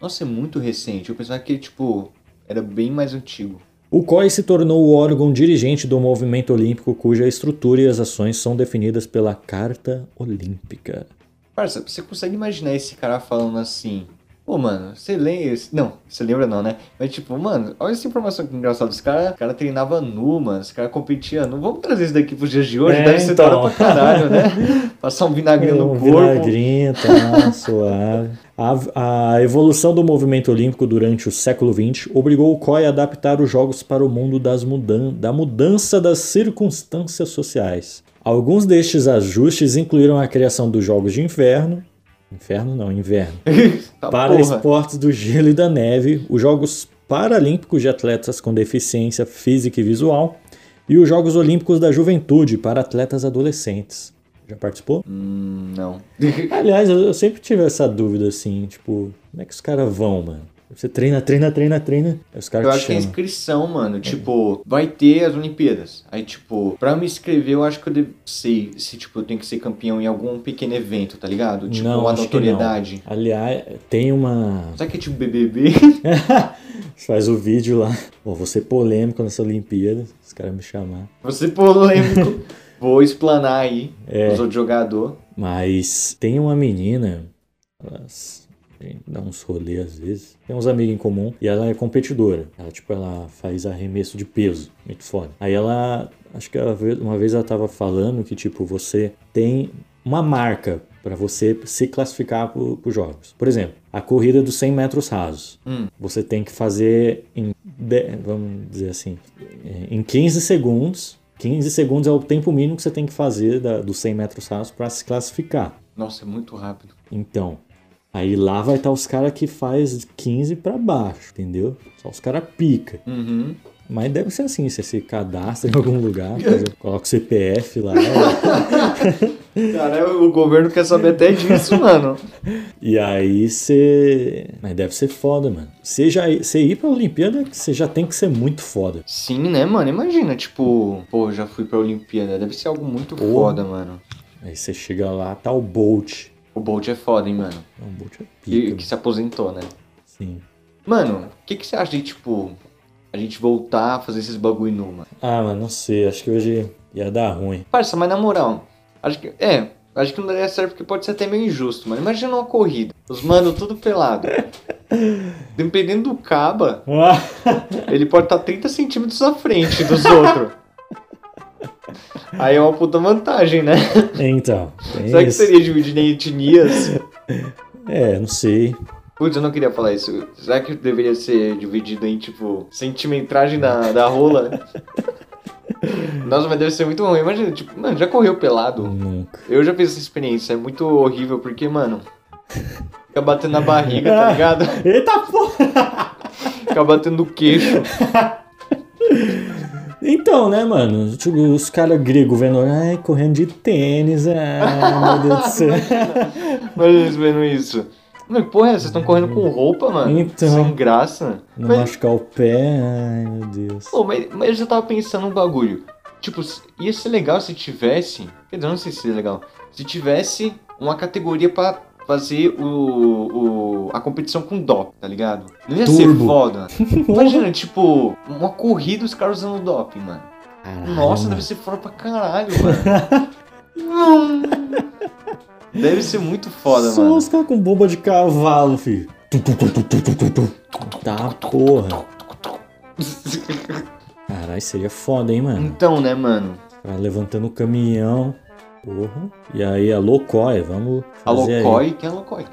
[SPEAKER 2] Nossa, é muito recente. Eu pensava que, tipo, era bem mais antigo.
[SPEAKER 1] O COI se tornou o órgão dirigente do movimento olímpico, cuja estrutura e as ações são definidas pela Carta Olímpica.
[SPEAKER 2] Parça, você consegue imaginar esse cara falando assim? Pô, mano, você lembra. Não, você lembra não, né? Mas tipo, mano, olha essa informação que engraçada. Os caras cara treinava nu, mano. Os caras competiam nu. Vamos trazer isso daqui pros dias de hoje?
[SPEAKER 1] É,
[SPEAKER 2] deve ser da hora
[SPEAKER 1] então.
[SPEAKER 2] pra caralho, né? Passar um vinagre no
[SPEAKER 1] um
[SPEAKER 2] corpo.
[SPEAKER 1] vinagrinho, tá, suave. A, a evolução do movimento olímpico durante o século XX obrigou o COI a adaptar os jogos para o mundo das mudan da mudança das circunstâncias sociais. Alguns destes ajustes incluíram a criação dos Jogos de Inverno, inferno não, inverno,
[SPEAKER 2] Tá
[SPEAKER 1] para
[SPEAKER 2] porra.
[SPEAKER 1] esportes do gelo e da neve, os Jogos Paralímpicos de atletas com deficiência física e visual e os Jogos Olímpicos da Juventude para atletas adolescentes. Já participou?
[SPEAKER 2] Hum, não.
[SPEAKER 1] Aliás, eu eu sempre tive essa dúvida assim, tipo, como é que os caras vão, mano? Você treina, treina, treina, treina, aí os
[SPEAKER 2] Eu
[SPEAKER 1] caras te
[SPEAKER 2] acho que é
[SPEAKER 1] chamam.
[SPEAKER 2] inscrição, mano. Tipo, vai ter as Olimpíadas. Aí, tipo, pra me inscrever, eu acho que eu devo sei se, tipo, eu tenho que ser campeão em algum pequeno evento, tá ligado? Tipo,
[SPEAKER 1] Não,
[SPEAKER 2] uma
[SPEAKER 1] acho que não.
[SPEAKER 2] notoriedade.
[SPEAKER 1] Aliás, tem uma.
[SPEAKER 2] Será que é tipo BBB?
[SPEAKER 1] Faz o vídeo lá. Pô, vou ser polêmico nessa Olimpíada, os caras me chamar.
[SPEAKER 2] Você polêmico. Vou explanar aí
[SPEAKER 1] É.
[SPEAKER 2] os outros jogadores.
[SPEAKER 1] Mas tem uma menina, elas a gente dá uns rolês às vezes. Tem uns amigos em comum e ela é competidora. Ela, tipo, ela faz arremesso de peso, muito foda. Aí ela, acho que ela ve- uma vez ela tava falando que, tipo, você tem uma marca pra você se classificar para os jogos. Por exemplo, a corrida dos 100 metros rasos.
[SPEAKER 2] Hum.
[SPEAKER 1] Você tem que fazer em, de- vamos dizer assim, é, em 15 segundos. 15 segundos é o tempo mínimo que você tem que fazer da- dos 100 metros rasos para se classificar.
[SPEAKER 2] Nossa, é muito rápido.
[SPEAKER 1] Então, aí lá vai estar os caras que faz 15 pra baixo, entendeu? Só os caras pica.
[SPEAKER 2] Uhum.
[SPEAKER 1] Mas deve ser assim, você se cadastra em algum lugar, faz- coloca o CPF lá,
[SPEAKER 2] Cara, o governo quer saber até disso, mano.
[SPEAKER 1] E aí você. Mas deve ser foda, mano. Você já você ir pra Olimpíada, você já tem que ser muito foda.
[SPEAKER 2] Sim, né, mano? Imagina, tipo, pô, já fui pra Olimpíada. Deve ser algo muito
[SPEAKER 1] Pô.
[SPEAKER 2] foda, mano.
[SPEAKER 1] Aí você chega lá, tá o Bolt.
[SPEAKER 2] O Bolt é foda, hein, mano.
[SPEAKER 1] Não, o Bolt é
[SPEAKER 2] Que,
[SPEAKER 1] pica.
[SPEAKER 2] que se aposentou, né?
[SPEAKER 1] Sim.
[SPEAKER 2] Mano, o que, que você acha de, tipo, a gente voltar a fazer esses bagulho numa?
[SPEAKER 1] Ah, mano, não sei. Acho que hoje ia dar ruim.
[SPEAKER 2] Parça, mas na moral, acho que. É, acho que não daria certo porque pode ser até meio injusto, mano. Imagina uma corrida. Os mano tudo pelado. Dependendo do caba, ele pode estar 30 centímetros à frente dos outros. Aí é uma puta vantagem, né?
[SPEAKER 1] então, tem
[SPEAKER 2] Será que
[SPEAKER 1] isso.
[SPEAKER 2] seria dividido em etnias?
[SPEAKER 1] É, não sei.
[SPEAKER 2] Putz, eu não queria falar isso. Será que deveria ser dividido em, tipo, centimetragem da, da rola? Nossa, mas deve ser muito ruim. Imagina, tipo, mano, já correu pelado.
[SPEAKER 1] Nunca.
[SPEAKER 2] Eu já fiz essa experiência, é muito horrível, porque, mano, fica batendo na barriga, tá ligado?
[SPEAKER 1] Eita porra!
[SPEAKER 2] Fica batendo no queixo.
[SPEAKER 1] Então, né, mano? Tipo, os caras gregos vendo, ai, correndo de tênis, ai, meu Deus do céu.
[SPEAKER 2] Mas eles vendo isso. Mano, que porra, é essa? vocês estão correndo com roupa, mano?
[SPEAKER 1] Então.
[SPEAKER 2] Sem graça.
[SPEAKER 1] Não
[SPEAKER 2] Mas-
[SPEAKER 1] machucar o pé, ai, meu Deus.
[SPEAKER 2] Pô, mas, mas eu já tava pensando um bagulho. Tipo, s- ia ser legal se tivesse. Quer dizer, eu não sei se seria legal. Se tivesse uma categoria pra fazer o, o- a competição com dop, tá ligado? Não ia ser
[SPEAKER 1] Turbo.
[SPEAKER 2] foda. Imagina, tipo, uma corrida os caras usando doping, mano.
[SPEAKER 1] Caralho,
[SPEAKER 2] Nossa,
[SPEAKER 1] mano.
[SPEAKER 2] deve ser foda pra caralho, mano. Não. Deve ser muito foda,
[SPEAKER 1] Só
[SPEAKER 2] mano.
[SPEAKER 1] os caras com bomba de cavalo, filho. Tu, tu, tu, tu, tu, tu, tu, tu. Tá, porra. Caralho, seria foda, hein, mano?
[SPEAKER 2] Então, né, mano?
[SPEAKER 1] Cara levantando o caminhão. Porra. E aí, alô, COI, vamos
[SPEAKER 2] Alô,
[SPEAKER 1] fazer aí.
[SPEAKER 2] Koi? Quem é Alô, Koi?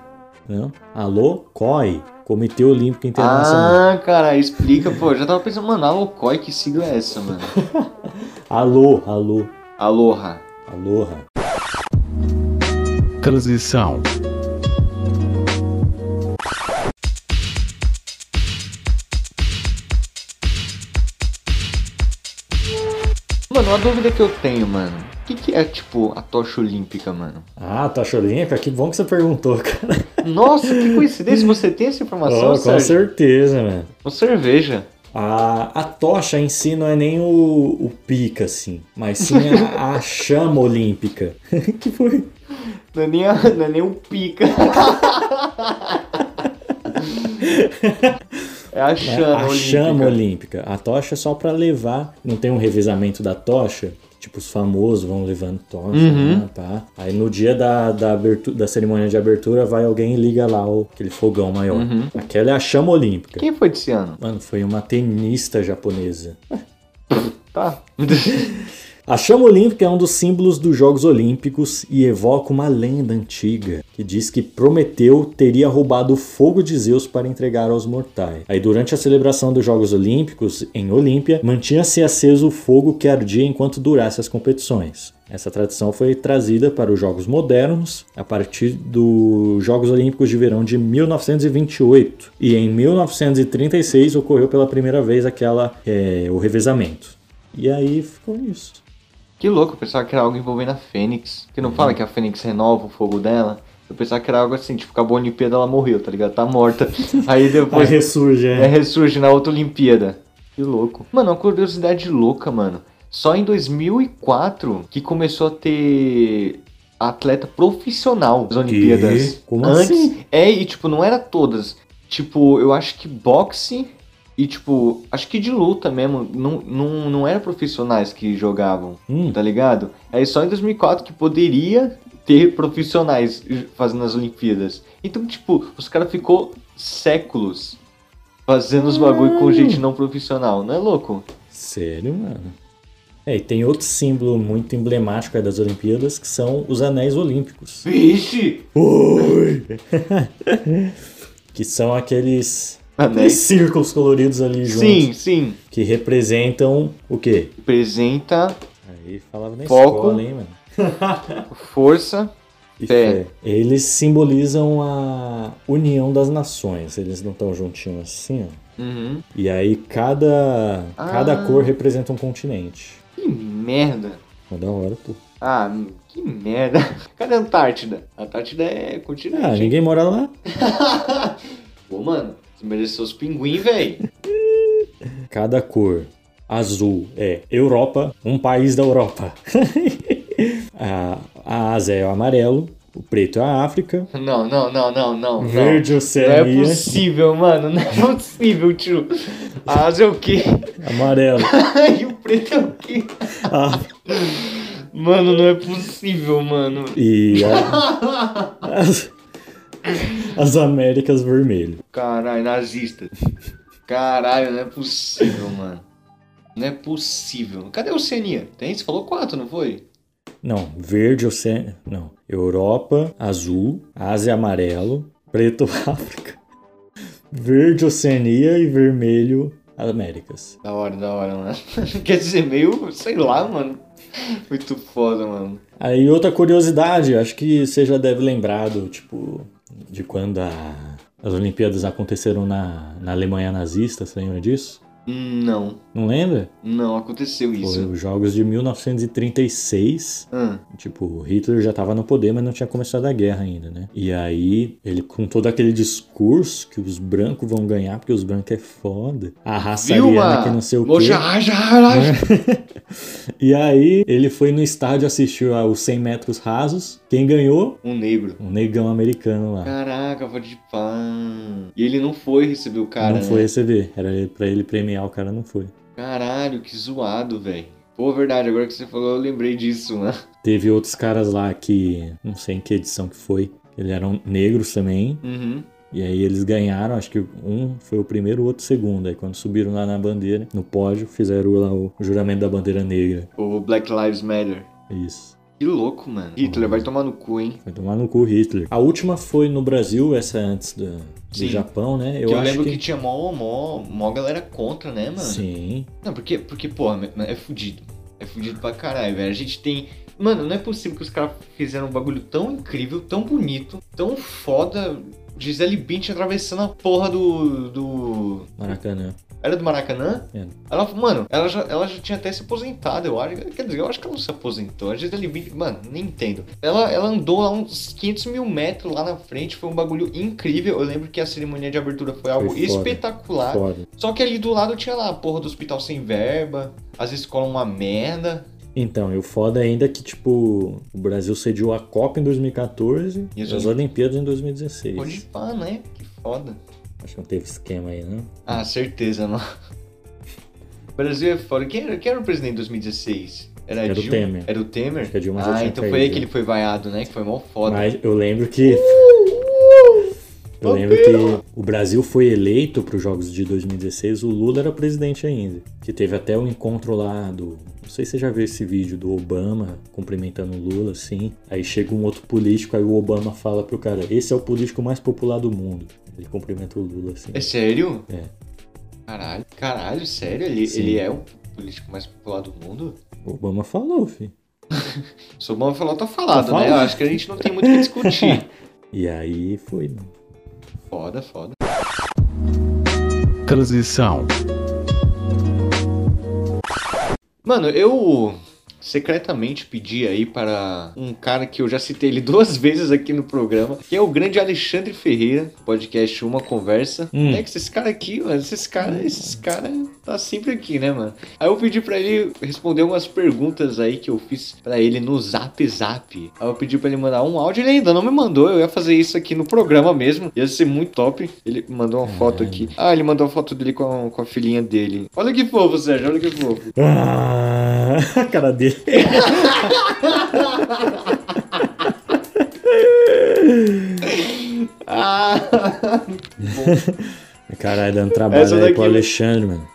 [SPEAKER 1] Não? Né? Alô, COI, Comitê Olímpico Internacional.
[SPEAKER 2] Ah, cara, explica, pô. Eu já tava pensando, mano, Alocoi, que sigla é essa, mano?
[SPEAKER 1] Alô, alô,
[SPEAKER 2] Aloha.
[SPEAKER 1] aloha.
[SPEAKER 3] Transição.
[SPEAKER 2] Mano, uma dúvida que eu tenho, mano. O que, que é, tipo, a tocha olímpica, mano?
[SPEAKER 1] Ah, tocha olímpica, que bom que você perguntou, cara.
[SPEAKER 2] Nossa, que coincidência, você tem essa informação,
[SPEAKER 1] Ó, Oh, com
[SPEAKER 2] Sérgio?
[SPEAKER 1] certeza, mano.
[SPEAKER 2] Uma cerveja.
[SPEAKER 1] A, a tocha em si não é nem o, o pica, assim, mas sim a, a chama olímpica. que foi?
[SPEAKER 2] Não é nem, a, não é nem um pica. é a chama
[SPEAKER 1] a
[SPEAKER 2] olímpica.
[SPEAKER 1] chama olímpica. A tocha é só pra levar. Não tem um revezamento da tocha. Tipo, os famosos vão levando tocha.
[SPEAKER 2] Uhum.
[SPEAKER 1] né, pá. Aí no dia da, da, abertura, da cerimônia de abertura, vai alguém e liga lá o, aquele fogão maior.
[SPEAKER 2] Uhum.
[SPEAKER 1] Aquela é a chama olímpica.
[SPEAKER 2] Quem foi desse ano?
[SPEAKER 1] Mano, foi uma tenista japonesa.
[SPEAKER 2] Tá.
[SPEAKER 1] A chama olímpica é um dos símbolos dos Jogos Olímpicos e evoca uma lenda antiga que diz que Prometeu teria roubado o fogo de Zeus para entregar aos mortais. Aí, durante a celebração dos Jogos Olímpicos em Olímpia, mantinha-se aceso o fogo que ardia enquanto durasse as competições. Essa tradição foi trazida para os Jogos Modernos a partir dos Jogos Olímpicos de Verão de 1928 e em 1936 ocorreu pela primeira vez aquela eh, o revezamento. E aí ficou isso.
[SPEAKER 2] Que louco, eu pensava que era algo envolvendo a Fênix. Que não
[SPEAKER 1] Uhum.
[SPEAKER 2] fala que a Fênix renova o fogo dela. Eu pensava que era algo assim, tipo, acabou a Olimpíada, ela morreu, tá ligado? Tá morta. Aí
[SPEAKER 1] Aí
[SPEAKER 2] depois
[SPEAKER 1] ressurge,
[SPEAKER 2] é,
[SPEAKER 1] é.
[SPEAKER 2] ressurge na outra Olimpíada. Que louco. Mano, uma curiosidade louca, mano. Só em 2004 que começou a ter atleta profissional nas Olimpíadas.
[SPEAKER 1] Como
[SPEAKER 2] Antes,
[SPEAKER 1] assim?
[SPEAKER 2] É, e tipo, não era todas. Tipo, eu acho que boxe e tipo, acho que de luta mesmo. Não, não, não eram profissionais que jogavam
[SPEAKER 1] Hum,
[SPEAKER 2] tá ligado? Aí só em 2004 que poderia ter profissionais fazendo as Olimpíadas. Então, tipo, os caras ficou séculos fazendo os bagulho
[SPEAKER 1] Hum.
[SPEAKER 2] com gente não profissional, não é louco?
[SPEAKER 1] sério, mano. É, e tem outro símbolo muito emblemático aí das Olimpíadas que são os anéis olímpicos.
[SPEAKER 2] Vixe!
[SPEAKER 1] Oi! que são aqueles, aqueles
[SPEAKER 2] Anéis.
[SPEAKER 1] círculos coloridos ali juntos.
[SPEAKER 2] é Sim, sim.
[SPEAKER 1] Que representam o quê?
[SPEAKER 2] Representa
[SPEAKER 1] Aí falava na
[SPEAKER 2] Foco.
[SPEAKER 1] escola, hein, mano?
[SPEAKER 2] força.
[SPEAKER 1] E é,
[SPEAKER 2] Fé.
[SPEAKER 1] Eles simbolizam a união das nações. Eles não estão juntinhos assim, ó.
[SPEAKER 2] Uhum.
[SPEAKER 1] E aí cada,
[SPEAKER 2] Ah.
[SPEAKER 1] cada cor representa um continente.
[SPEAKER 2] Que merda.
[SPEAKER 1] Mas da hora, pô.
[SPEAKER 2] Ah, que merda. Cadê a Antártida? A Antártida é continente.
[SPEAKER 1] Ah,
[SPEAKER 2] hein?
[SPEAKER 1] ninguém mora lá.
[SPEAKER 2] Pô, mano, você mereceu os pinguins, velho.
[SPEAKER 1] Cada cor azul é Europa, um país da Europa. a, a asa é o amarelo, o preto é a África,
[SPEAKER 2] Não, não, não, não, não. não.
[SPEAKER 1] verde
[SPEAKER 2] Não é
[SPEAKER 1] Oceania,
[SPEAKER 2] possível, mano. Não é possível, tio. A asa é o quê?
[SPEAKER 1] amarelo.
[SPEAKER 2] e o preto é o quê?
[SPEAKER 1] Ah,
[SPEAKER 2] Mano, não é possível, mano.
[SPEAKER 1] e a, as, as Américas vermelho.
[SPEAKER 2] Caralho, nazista. Caralho, não é possível, mano. Não é possível. Cadê a Oceania? Tem? Você falou quatro, não foi?
[SPEAKER 1] Não, verde Oceania, não. Europa azul, Ásia amarelo, preto África. Verde Oceania e vermelho Américas.
[SPEAKER 2] Da hora, da hora, mano. Quer dizer, meio, sei lá, mano. Muito foda, mano.
[SPEAKER 1] Aí outra curiosidade, acho que você já deve lembrar do tipo de quando a- as Olimpíadas aconteceram na, na Alemanha nazista, você lembra disso?
[SPEAKER 2] Hum, Não,
[SPEAKER 1] Não lembra?
[SPEAKER 2] não aconteceu
[SPEAKER 1] Foi
[SPEAKER 2] isso.
[SPEAKER 1] os jogos de 1936.
[SPEAKER 2] Ah,
[SPEAKER 1] Tipo, o Hitler já tava no poder, mas não tinha começado a guerra ainda, né? E aí, ele com todo aquele discurso que os brancos vão ganhar, porque os brancos é foda. A raça
[SPEAKER 2] Vilma!
[SPEAKER 1] ariana que não sei o quê.
[SPEAKER 2] Moja, raja, raja.
[SPEAKER 1] E aí, ele foi no estádio assistir aos 100 metros rasos. Quem ganhou?
[SPEAKER 2] Um negro.
[SPEAKER 1] Um negão americano lá.
[SPEAKER 2] Caraca, pode de pá. E ele não foi receber o cara,
[SPEAKER 1] não
[SPEAKER 2] né?
[SPEAKER 1] foi receber. Era pra ele premiar, o cara não foi.
[SPEAKER 2] Caralho, que zoado, velho. Pô, verdade, agora que você falou, eu lembrei disso, né?
[SPEAKER 1] Teve outros caras lá que... Não sei em que edição que foi. Eles eram negros também.
[SPEAKER 2] Uhum.
[SPEAKER 1] E aí eles ganharam, acho que um foi o primeiro, o outro o segundo. Aí quando subiram lá na bandeira, no pódio, fizeram lá o juramento da bandeira negra.
[SPEAKER 2] O Black Lives Matter.
[SPEAKER 1] Isso.
[SPEAKER 2] Que louco, mano. Hitler, vai tomar no cu, hein?
[SPEAKER 1] Foi tomar no cu Hitler. A última foi no Brasil, essa antes do, do
[SPEAKER 2] Sim.
[SPEAKER 1] Japão, né?
[SPEAKER 2] Eu,
[SPEAKER 1] Eu,
[SPEAKER 2] eu
[SPEAKER 1] acho
[SPEAKER 2] lembro que...
[SPEAKER 1] que...
[SPEAKER 2] tinha mó, mó, mó galera contra, né, mano?
[SPEAKER 1] Sim.
[SPEAKER 2] Não, porque, porque porra, me- é fudido. É fudido pra caralho, velho. A gente tem. Mano, não é possível que os caras fizeram um bagulho tão incrível, tão bonito, tão foda. Gisele Bündchen atravessando a porra do. do.
[SPEAKER 1] Maracanã.
[SPEAKER 2] Era do Maracanã?
[SPEAKER 1] É.
[SPEAKER 2] Ela, mano, ela já, ela já tinha até se aposentado, eu acho. Quer dizer, eu acho que ela não se aposentou. A Gisele Bündchen, mano, nem entendo. Ela, ela andou lá uns 500 mil metros lá na frente, foi um bagulho incrível. Eu lembro que a cerimônia de abertura foi algo
[SPEAKER 1] foda.
[SPEAKER 2] espetacular.
[SPEAKER 1] Foda.
[SPEAKER 2] Só que ali do lado tinha lá a porra do hospital sem verba, as escolas uma merda.
[SPEAKER 1] Então, e o foda ainda é que, tipo, o Brasil sediou a Copa em 2014 e
[SPEAKER 2] E as
[SPEAKER 1] as
[SPEAKER 2] Olim-
[SPEAKER 1] Olimpíadas em
[SPEAKER 2] Pode
[SPEAKER 1] 2016.
[SPEAKER 2] pá, né? Que foda.
[SPEAKER 1] Acho que não teve esquema aí, não?
[SPEAKER 2] Ah, certeza, não. O Brasil é foda. Quem era, quem era o presidente em 2016? Era,
[SPEAKER 1] Era o
[SPEAKER 2] Dilma?
[SPEAKER 1] Temer.
[SPEAKER 2] Era o Temer?
[SPEAKER 1] Acho que a Dilma já
[SPEAKER 2] ah,
[SPEAKER 1] tinha
[SPEAKER 2] então foi aí
[SPEAKER 1] caído.
[SPEAKER 2] que ele foi vaiado, né? Que foi mó foda.
[SPEAKER 1] Mas eu lembro que. Eu lembro que o Brasil foi eleito para os Jogos de 2016, o Lula era presidente ainda. Que teve até um encontro lá do. Não sei se você já viu esse vídeo do Obama cumprimentando o Lula, assim. Aí chega um outro político, aí o Obama fala pro cara: Esse é o político mais popular do mundo. Ele cumprimenta o Lula, assim.
[SPEAKER 2] É sério?
[SPEAKER 1] É.
[SPEAKER 2] Caralho, caralho, sério? Ele,
[SPEAKER 1] Sim.
[SPEAKER 2] ele é o político mais popular do mundo?
[SPEAKER 1] O Obama falou, fi.
[SPEAKER 2] Sou bom falar, tá falado,
[SPEAKER 1] Tá
[SPEAKER 2] né? Eu
[SPEAKER 1] falado.
[SPEAKER 2] acho que a gente não tem muito o que discutir.
[SPEAKER 1] E aí foi, mano.
[SPEAKER 2] foda, foda.
[SPEAKER 3] Transição.
[SPEAKER 2] Mano, eu secretamente pedi aí para um cara que eu já citei ele duas vezes aqui no programa, que é o grande Alexandre Ferreira, podcast Uma Conversa.
[SPEAKER 1] Hum.
[SPEAKER 2] É que esse cara aqui, mano, esses cara, esses cara tá sempre aqui, né, mano? Aí eu pedi pra ele responder umas perguntas aí que eu fiz pra ele no Zap Zap. Aí eu pedi pra ele mandar um áudio, ele ainda não me mandou, eu ia fazer isso aqui no programa mesmo. Ia ser muito top. Ele mandou uma foto aqui. Ah, ele mandou a foto dele com a, com a filhinha dele. Olha que fofo, Sérgio, olha que fofo.
[SPEAKER 1] Ah, a cara dele.
[SPEAKER 2] Ah,
[SPEAKER 1] Caralho, dando trabalho
[SPEAKER 2] Essa
[SPEAKER 1] aí
[SPEAKER 2] daqui-
[SPEAKER 1] pro Alexandre, mano.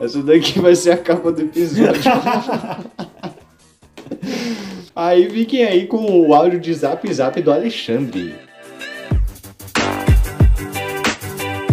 [SPEAKER 2] essa daqui vai ser a capa do episódio. aí fiquem aí com o áudio de zap zap do Alexandre.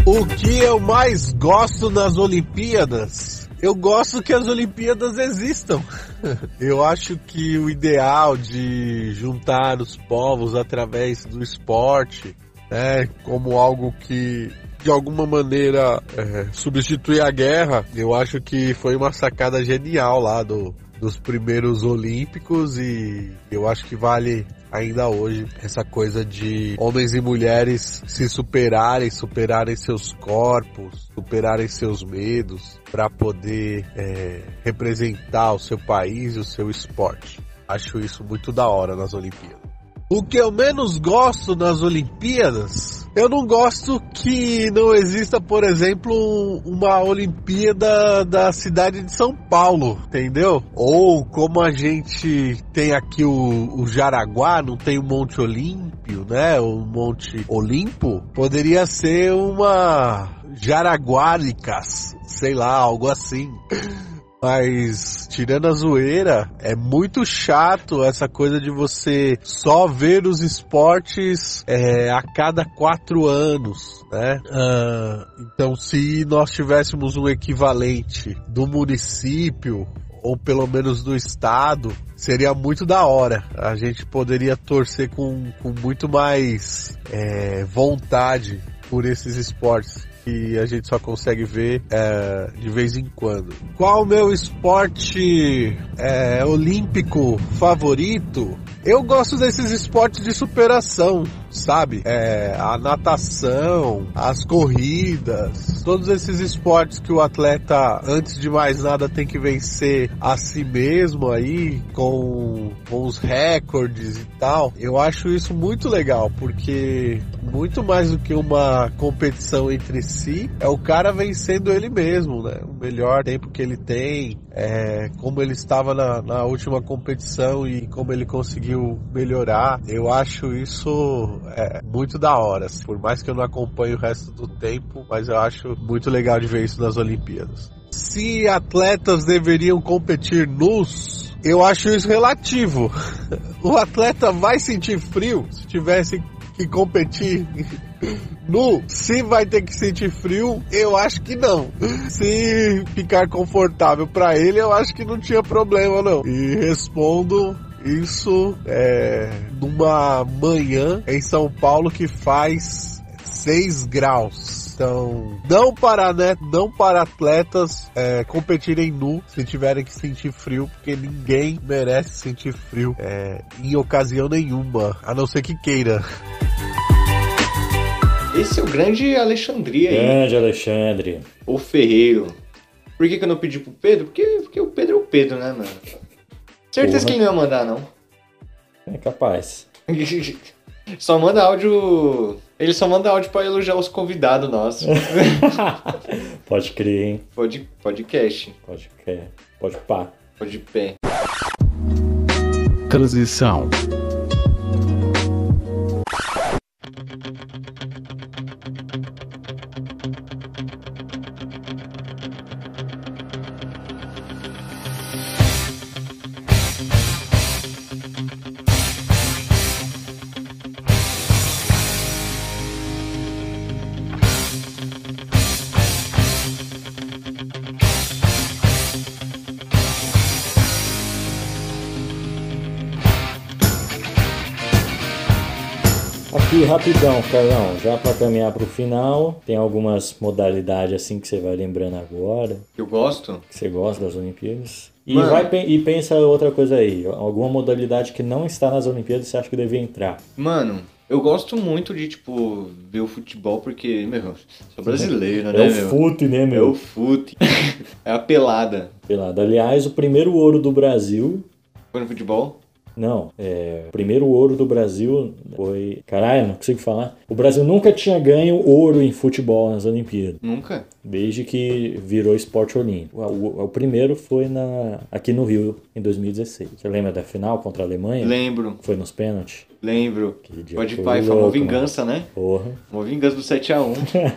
[SPEAKER 4] O que eu mais gosto nas Olimpíadas? Eu gosto que as Olimpíadas existam. Eu acho que o ideal de juntar os povos através do esporte, né, como algo que de alguma maneira é, substitui a guerra, eu acho que foi uma sacada genial lá do, dos primeiros Olímpicos e eu acho que vale ainda hoje essa coisa de homens e mulheres se superarem, superarem seus corpos, superarem seus medos para poder é, representar o seu país e o seu esporte. Acho isso muito da hora nas Olimpíadas. O que eu menos gosto nas Olimpíadas, eu não gosto que não exista, por exemplo, uma Olimpíada da cidade de São Paulo, entendeu? Ou como a gente tem aqui o, o Jaraguá, não tem o Monte Olímpio, né? O Monte Olimpo, poderia ser uma Jaraguáricas, sei lá, algo assim. Mas, tirando a zoeira, é muito chato essa coisa de você só ver os esportes é, a cada quatro anos, né? Ah, então, se nós tivéssemos um equivalente do município ou pelo menos do estado, seria muito da hora. A gente poderia torcer com, com muito mais é, vontade por esses esportes que a gente só consegue ver é, de vez em quando. Qual o meu esporte é, olímpico favorito? Eu gosto desses esportes de superação, sabe? É, a natação, as corridas, todos esses esportes que o atleta, antes de mais nada, tem que vencer a si mesmo aí, com, com os recordes e tal. Eu acho isso muito legal, porque muito mais do que uma competição entre si, é o cara vencendo ele mesmo, né? O melhor tempo que ele tem, é, como ele estava na, na última competição e como ele conseguiu melhorar. Eu acho isso é, muito da hora. assim. Por mais que eu não acompanhe o resto do tempo, mas eu acho muito legal de ver isso nas Olimpíadas. Se atletas deveriam competir nus, eu acho isso relativo. O atleta vai sentir frio se tivesse que competir nu. Se vai ter que sentir frio, eu acho que não. Se ficar confortável para ele, eu acho que não tinha problema não. E respondo isso é numa manhã em São Paulo que faz 6 graus. Então, não para, né, não para atletas é, competirem nu se tiverem que sentir frio, porque ninguém merece sentir frio é, em ocasião nenhuma, a não ser que queira.
[SPEAKER 2] Esse é o grande Alexandria aí,
[SPEAKER 1] Grande Alexandre.
[SPEAKER 2] o Ferreiro. Por que, que eu não pedi pro Pedro? Porque, porque o Pedro é o Pedro, né, mano? Certeza
[SPEAKER 1] Porra.
[SPEAKER 2] que ele não ia mandar, não.
[SPEAKER 1] É capaz.
[SPEAKER 2] Só manda áudio. Ele só manda áudio pra elogiar os convidados nossos.
[SPEAKER 1] Pode crer, hein?
[SPEAKER 2] Pod, podcast.
[SPEAKER 1] Pode crer. Pode pá.
[SPEAKER 2] Pod pé.
[SPEAKER 3] Transição.
[SPEAKER 1] Aqui, rapidão, Carlão, já pra caminhar pro final, tem algumas modalidades assim que você vai lembrando agora,
[SPEAKER 2] Eu gosto.
[SPEAKER 1] que você gosta das Olimpíadas. E,
[SPEAKER 2] Mano.
[SPEAKER 1] vai, pe- e pensa outra coisa aí, alguma modalidade que não está nas Olimpíadas você acha que devia entrar.
[SPEAKER 2] Mano, eu gosto muito de, tipo, ver o futebol porque, meu, sou brasileiro,
[SPEAKER 1] É
[SPEAKER 2] né,
[SPEAKER 1] o
[SPEAKER 2] meu?
[SPEAKER 1] fute, né,
[SPEAKER 2] É o
[SPEAKER 1] meu?
[SPEAKER 2] fute. É a pelada.
[SPEAKER 1] Pelado. Aliás, o primeiro ouro do Brasil.
[SPEAKER 2] Foi no futebol?
[SPEAKER 1] Não, é, o primeiro ouro do Brasil foi. Caralho, não consigo falar. O Brasil nunca tinha ganho ouro em futebol nas Olimpíadas.
[SPEAKER 2] Nunca.
[SPEAKER 1] Desde que virou esporte olímpico. O, o- o primeiro foi na, aqui no Rio, em 2016. Você lembra da final contra a Alemanha?
[SPEAKER 2] Lembro,
[SPEAKER 1] Foi nos pênaltis?
[SPEAKER 2] lembro.
[SPEAKER 1] Aquele É. dia
[SPEAKER 2] Pode
[SPEAKER 1] foi
[SPEAKER 2] pai, foi uma
[SPEAKER 1] louco,
[SPEAKER 2] vingança, né?
[SPEAKER 1] Porra.
[SPEAKER 2] Uma vingança do 7x1.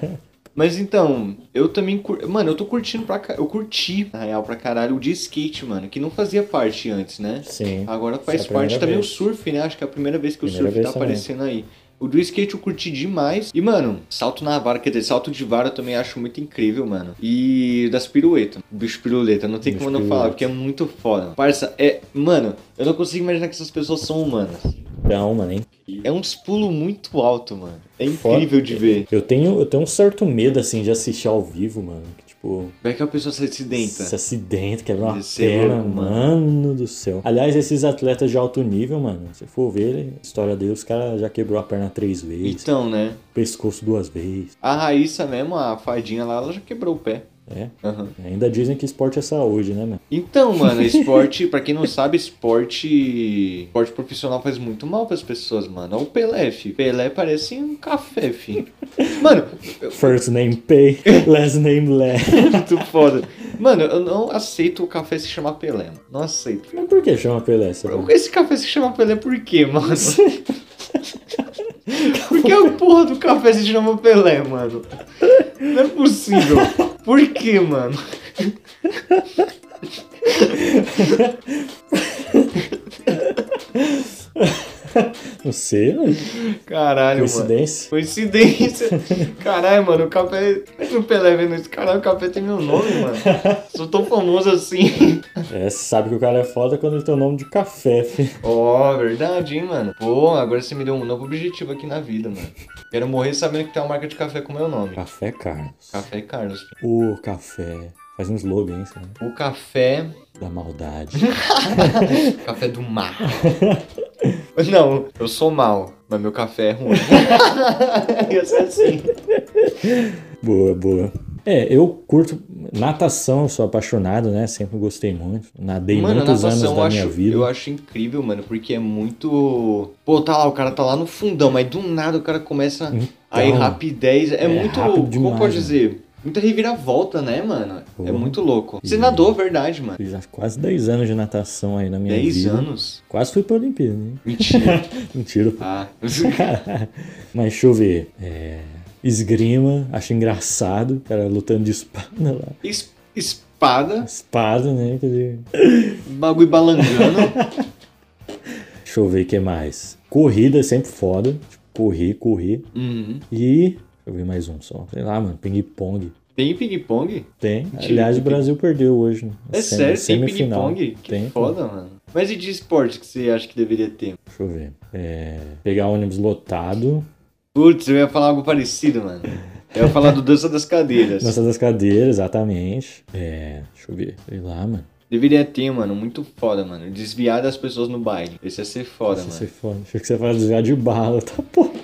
[SPEAKER 2] Mas então, eu também. Cur... Mano, eu tô curtindo pra ca... Eu curti, na real, pra caralho, o de skate, mano, que não fazia parte antes, né?
[SPEAKER 1] Sim.
[SPEAKER 2] Agora
[SPEAKER 1] Essa é
[SPEAKER 2] faz
[SPEAKER 1] a
[SPEAKER 2] parte
[SPEAKER 1] primeira
[SPEAKER 2] também
[SPEAKER 1] vez.
[SPEAKER 2] o surf, né? Acho que é a primeira vez que o
[SPEAKER 1] Primeira
[SPEAKER 2] surf tá
[SPEAKER 1] vez também.
[SPEAKER 2] aparecendo aí. O do skate eu curti demais. E, mano, salto na vara, quer dizer, salto de vara eu também acho muito incrível, mano. E das piruetas. Bicho piruleta, não tem
[SPEAKER 1] Bicho
[SPEAKER 2] como não
[SPEAKER 1] piruleta.
[SPEAKER 2] falar, porque é muito foda. Parça, é. Mano, eu não consigo imaginar que essas pessoas são humanas.
[SPEAKER 1] Então, mano, hein?
[SPEAKER 2] É uns pulos muito alto, mano. É
[SPEAKER 1] Foda.
[SPEAKER 2] incrível de ver.
[SPEAKER 1] Eu tenho, eu tenho um certo medo, assim, de assistir ao vivo, mano. Que, tipo, Tipo,
[SPEAKER 2] Como é que a pessoa se acidenta?
[SPEAKER 1] se acidenta, quebra uma
[SPEAKER 2] Esse é
[SPEAKER 1] perna,
[SPEAKER 2] louco,
[SPEAKER 1] mano. do céu. Aliás, esses atletas de alto nível, mano, se for ver a história deles, os caras já quebrou a perna três vezes,
[SPEAKER 2] Então, né?
[SPEAKER 1] pescoço duas vezes.
[SPEAKER 2] A Raíssa mesmo, a fadinha lá, ela já quebrou o pé.
[SPEAKER 1] É.
[SPEAKER 2] Aham.
[SPEAKER 1] Ainda dizem que esporte é saúde, né, mano?
[SPEAKER 2] Então, mano, esporte, pra quem não sabe, esporte. Esporte profissional faz muito mal pras pessoas, mano. Olha o Pelé, fi. Pelé parece um café, fi. Mano,
[SPEAKER 1] First name pay, last name less.
[SPEAKER 2] muito foda. Mano, eu não aceito o café se chamar Pelé, mano. Não aceito.
[SPEAKER 1] Mas por que chama Pelé? essa porra?
[SPEAKER 2] Esse café se chama Pelé por quê, mano? Por que a porra do café se chama Pelé, mano? Não é possível. Por quê, mano? um-
[SPEAKER 1] Não sei, mano.
[SPEAKER 2] Caralho, mano.
[SPEAKER 1] Coincidência.
[SPEAKER 2] Coincidência. Caralho, mano, o café. O Pelé vendo isso. Caralho, o café tem meu nome, mano. Sou tão famoso assim.
[SPEAKER 1] É, você sabe que o cara é foda quando ele tem o nome de café, filho.
[SPEAKER 2] Ó, verdade, hein, mano. Pô, agora você me deu um novo objetivo aqui na vida, mano. Quero morrer sabendo que tem uma marca de café com meu nome.
[SPEAKER 1] Café Carlos.
[SPEAKER 2] Café Carlos.
[SPEAKER 1] O café. Faz um slogan, hein, isso, né?
[SPEAKER 2] O café.
[SPEAKER 1] Da maldade.
[SPEAKER 2] Café do mar. Não, eu sou mal, mas meu café é ruim. Ia ser assim.
[SPEAKER 1] boa, boa. É, eu curto natação, eu sou apaixonado, né? Sempre gostei muito. Nadei
[SPEAKER 2] Mano, a
[SPEAKER 1] muitos anos
[SPEAKER 2] natação eu
[SPEAKER 1] da minha
[SPEAKER 2] acho,
[SPEAKER 1] vida.
[SPEAKER 2] eu acho incrível, mano, porque é muito. Pô, tá lá, o cara tá lá no fundão, mas do nada o cara começa aí
[SPEAKER 1] Então,
[SPEAKER 2] rapidez. É,
[SPEAKER 1] é
[SPEAKER 2] muito.
[SPEAKER 1] rápido
[SPEAKER 2] Como
[SPEAKER 1] demais,
[SPEAKER 2] pode
[SPEAKER 1] né?
[SPEAKER 2] dizer? Muita reviravolta, né, mano? É
[SPEAKER 1] Porra.
[SPEAKER 2] muito louco. Você
[SPEAKER 1] E-
[SPEAKER 2] nadou, verdade, mano.
[SPEAKER 1] Fiz acho, quase 10 anos de natação aí na minha
[SPEAKER 2] 10
[SPEAKER 1] vida.
[SPEAKER 2] anos?
[SPEAKER 1] Quase fui pra Olimpíada, hein?
[SPEAKER 2] Mentira.
[SPEAKER 1] Mentira, pô.
[SPEAKER 2] ah.
[SPEAKER 1] Mas deixa eu ver. É, Esgrima, acho engraçado. O cara lutando de espada lá.
[SPEAKER 2] Es- Espada,
[SPEAKER 1] Espada, né? Quer dizer,
[SPEAKER 2] bagulho balangando.
[SPEAKER 1] Deixa eu ver o que mais. Corrida é sempre foda. Tipo, correr, correr.
[SPEAKER 2] uhum.
[SPEAKER 1] E. Deixa eu ver mais um só. Sei lá, mano. Ping-pong.
[SPEAKER 2] Tem ping-pong?
[SPEAKER 1] Tem.
[SPEAKER 2] Mentira,
[SPEAKER 1] Aliás, o
[SPEAKER 2] ping-pong.
[SPEAKER 1] Brasil perdeu hoje. né?
[SPEAKER 2] É
[SPEAKER 1] Sem-
[SPEAKER 2] sério, tem
[SPEAKER 1] semifinal.
[SPEAKER 2] ping-pong? Que
[SPEAKER 1] Tem.
[SPEAKER 2] foda, mano. Mas e de esporte que você acha que deveria ter?
[SPEAKER 1] Deixa eu ver. É, Pegar ônibus lotado.
[SPEAKER 2] Putz, eu ia falar algo parecido, mano. Eu ia falar do dança das cadeiras.
[SPEAKER 1] Dança das cadeiras, exatamente. É. Deixa eu ver. Sei lá, mano.
[SPEAKER 2] Deveria ter, mano. Muito foda, mano. Desviar das pessoas no baile. Esse ia ser foda,
[SPEAKER 1] Se você
[SPEAKER 2] mano.
[SPEAKER 1] for. Achei que você vai desviar de bala, tá porra.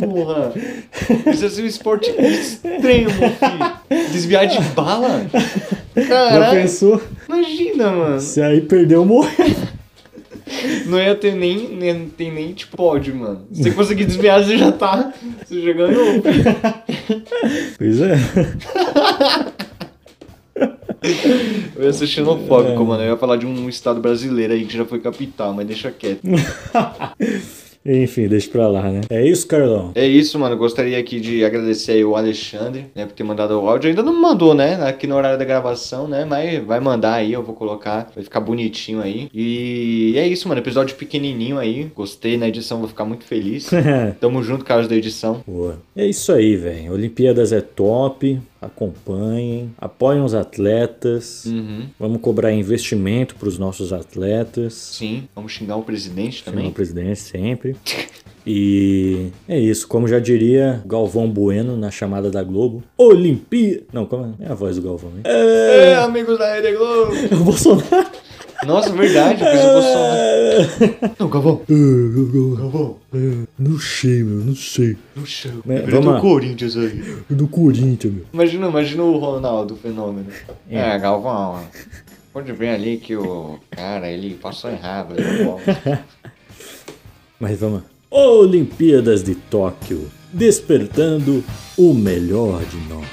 [SPEAKER 2] Porra! Esse ia ser um esporte extremo, filho. Desviar de bala?
[SPEAKER 1] Já
[SPEAKER 2] Caralho,
[SPEAKER 1] pensou?
[SPEAKER 2] imagina, mano.
[SPEAKER 1] Se aí perdeu, morreu.
[SPEAKER 2] Não ia ter nem, nem, tem nem tipo pódio, mano. Se você conseguir desviar, você já tá. Você já ganhou, filho.
[SPEAKER 1] Pois é.
[SPEAKER 2] Eu ia ser xenofóbico, mano. Eu ia falar de um estado brasileiro aí que já foi capital, mas deixa quieto.
[SPEAKER 1] Enfim, deixa pra lá, né? É isso, Carlão.
[SPEAKER 2] É isso, mano. Gostaria aqui de agradecer aí o Alexandre, né, por ter mandado o áudio. Ainda não mandou, né? Aqui no horário da gravação, né? Mas vai mandar aí, eu vou colocar. Vai ficar bonitinho aí. E é isso, mano. Episódio pequenininho aí. Gostei na edição, vou ficar muito feliz. Tamo junto, Carlos da edição.
[SPEAKER 1] Boa. É isso aí, velho. Olimpíadas é top. Acompanhem, apoiem os atletas.
[SPEAKER 2] Uhum.
[SPEAKER 1] Vamos cobrar investimento para os nossos atletas.
[SPEAKER 2] Sim. Vamos xingar o presidente
[SPEAKER 1] Senhor
[SPEAKER 2] também.
[SPEAKER 1] presidente, sempre. E é isso, como já diria Galvão Bueno na chamada da Globo. Olimpíada. Não, como é? É a voz do Galvão, hein? É,
[SPEAKER 2] É, amigos da Rede Globo.
[SPEAKER 1] o Bolsonaro.
[SPEAKER 2] Nossa, verdade. Eu fiz o Bolsonaro.
[SPEAKER 1] É.
[SPEAKER 2] Não, Gavão. Gavão.
[SPEAKER 1] Não sei, meu, não sei.
[SPEAKER 2] No chão.
[SPEAKER 1] Né,
[SPEAKER 2] Vira
[SPEAKER 1] vamos
[SPEAKER 2] do
[SPEAKER 1] lá.
[SPEAKER 2] Corinthians aí.
[SPEAKER 1] Do Corinthians, meu.
[SPEAKER 2] Imagina, imagina o Ronaldo fenômeno. É, Galvão. Pode ver ali que o cara, ele passou errado. ele é não volta.
[SPEAKER 1] Mas vamos lá. Olimpíadas de Tóquio, despertando o melhor de nós.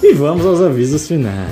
[SPEAKER 1] E vamos aos avisos finais.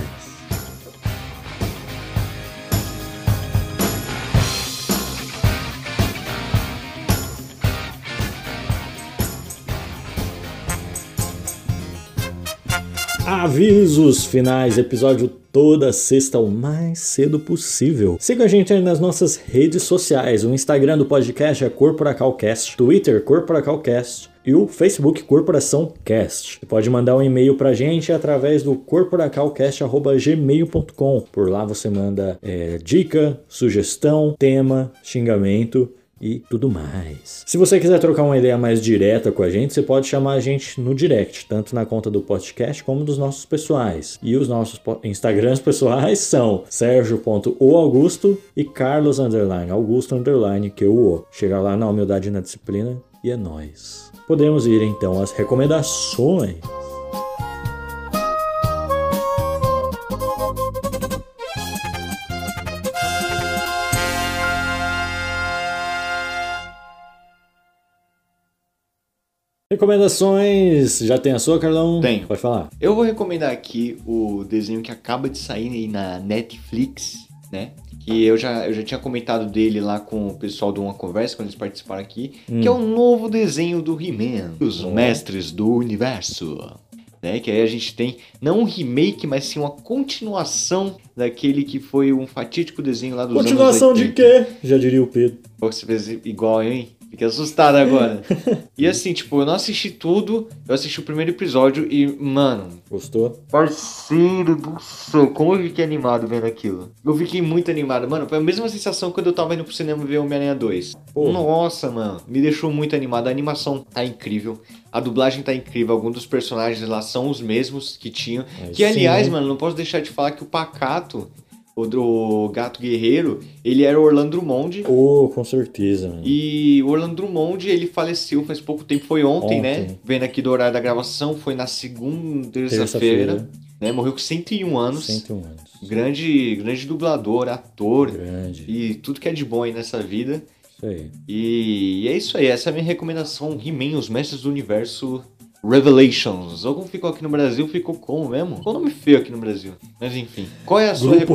[SPEAKER 1] Avisos finais, episódio toda sexta o mais cedo possível. Siga a gente aí nas nossas redes sociais. O Instagram do podcast é CorporacalCast, Twitter CorporacalCast e o Facebook Corporação Cast. Você pode mandar um e-mail pra gente através do corporacalcast.gmail.com. Por lá você manda eh, dica, sugestão, tema, xingamento e tudo mais. Se você quiser trocar uma ideia mais direta com a gente, você pode chamar a gente no direct, tanto na conta do podcast como dos nossos pessoais. E os nossos po- Instagrams pessoais são sergio.oaugusto e carlos underline, augusto underline, que o Chega lá na humildade e na disciplina e é nóis. Podemos ir então às recomendações. Recomendações, já tem a sua, Carlão?
[SPEAKER 2] Tenho.
[SPEAKER 1] Pode falar.
[SPEAKER 2] Eu vou recomendar aqui o desenho que acaba de sair aí na Netflix, né? Que eu já, eu já tinha comentado dele lá com o pessoal do Uma Conversa, quando eles participaram aqui, que é
[SPEAKER 1] Hum.
[SPEAKER 2] o novo desenho do He-Man, os mestres do universo. Né? Que aí a gente tem, não um remake, mas sim uma continuação daquele que foi um fatídico desenho lá dos
[SPEAKER 1] Continuação
[SPEAKER 2] anos
[SPEAKER 1] de
[SPEAKER 2] 80.
[SPEAKER 1] quê? Já diria o Pedro.
[SPEAKER 2] Você fez igual, hein? Fiquei assustado agora. e assim, tipo, eu não assisti tudo, eu assisti o primeiro episódio e, mano,
[SPEAKER 1] Gostou?
[SPEAKER 2] Parceiro do céu, como eu fiquei animado vendo aquilo. Eu fiquei muito animado, mano. Foi a mesma sensação quando eu tava indo pro cinema ver Homem-Aranha 2.
[SPEAKER 1] Porra.
[SPEAKER 2] Nossa, mano, me deixou muito animado. A animação tá incrível, a dublagem tá incrível. Alguns dos personagens lá são os mesmos que tinham.
[SPEAKER 1] Aí
[SPEAKER 2] que,
[SPEAKER 1] sim,
[SPEAKER 2] aliás,
[SPEAKER 1] hein?
[SPEAKER 2] mano, não posso deixar de falar que o Pacato, o, do Gato Guerreiro, ele era o Orlando Drummond.
[SPEAKER 1] Oh, com certeza, mano.
[SPEAKER 2] E o Orlando Drummond, ele faleceu faz pouco tempo, foi ontem,
[SPEAKER 1] Ontem.
[SPEAKER 2] né? Vendo aqui do horário da gravação, foi na segunda, terça-feira né? Morreu com 101 anos.
[SPEAKER 1] 101 anos.
[SPEAKER 2] Grande, grande dublador, ator
[SPEAKER 1] Grande.
[SPEAKER 2] e tudo que é de bom aí nessa vida.
[SPEAKER 1] Isso aí.
[SPEAKER 2] E é isso aí, essa é a minha recomendação. He-Man, os Mestres do Universo Revelations. Ou como ficou aqui no Brasil, ficou como mesmo? Qual nome feio aqui no Brasil? Mas enfim, qual é a sua
[SPEAKER 1] Grupo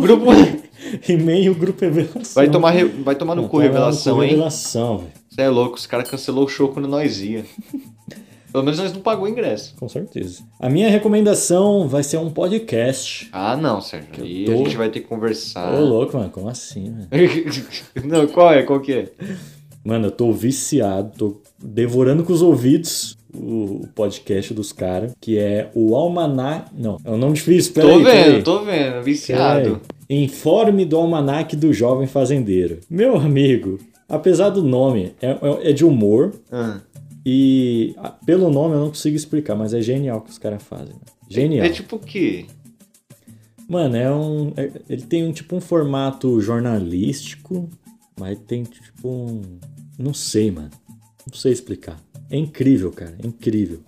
[SPEAKER 1] Revelação.
[SPEAKER 2] Grupo
[SPEAKER 1] E-mail Grupo Revelação.
[SPEAKER 2] Vai tomar, re- vai tomar no
[SPEAKER 1] Não,
[SPEAKER 2] cu
[SPEAKER 1] tá lá no
[SPEAKER 2] revelação,
[SPEAKER 1] cu
[SPEAKER 2] hein?
[SPEAKER 1] Revelação, velho.
[SPEAKER 2] Você é louco, os caras cancelou o show quando nós ia. Pelo menos nós não pagou o ingresso.
[SPEAKER 1] Com certeza. A minha recomendação vai ser um podcast.
[SPEAKER 2] Ah, não, Sérgio. Aí a
[SPEAKER 1] tô-
[SPEAKER 2] gente vai ter que
[SPEAKER 1] Ô,
[SPEAKER 2] conversar.
[SPEAKER 1] louco, mano. Como assim, mano?
[SPEAKER 2] não, qual é? Qual que é?
[SPEAKER 1] Mano, eu tô viciado, tô devorando com os ouvidos o o podcast dos caras, que é o Almaná. Não, é um nome difícil, peraí.
[SPEAKER 2] tô
[SPEAKER 1] peraí.
[SPEAKER 2] vendo, tô vendo, viciado.
[SPEAKER 1] É, Informe do Almanac do Jovem Fazendeiro. Meu amigo, apesar do nome, é, é- é de humor
[SPEAKER 2] Ah.
[SPEAKER 1] e ah, pelo nome eu não consigo explicar, mas é genial o que os caras fazem. né? Genial.
[SPEAKER 2] É tipo o quê?
[SPEAKER 1] Mano, é um. é- ele tem um tipo um formato jornalístico, mas tem tipo um. Não sei, mano. Não sei explicar. É incrível, cara. É incrível.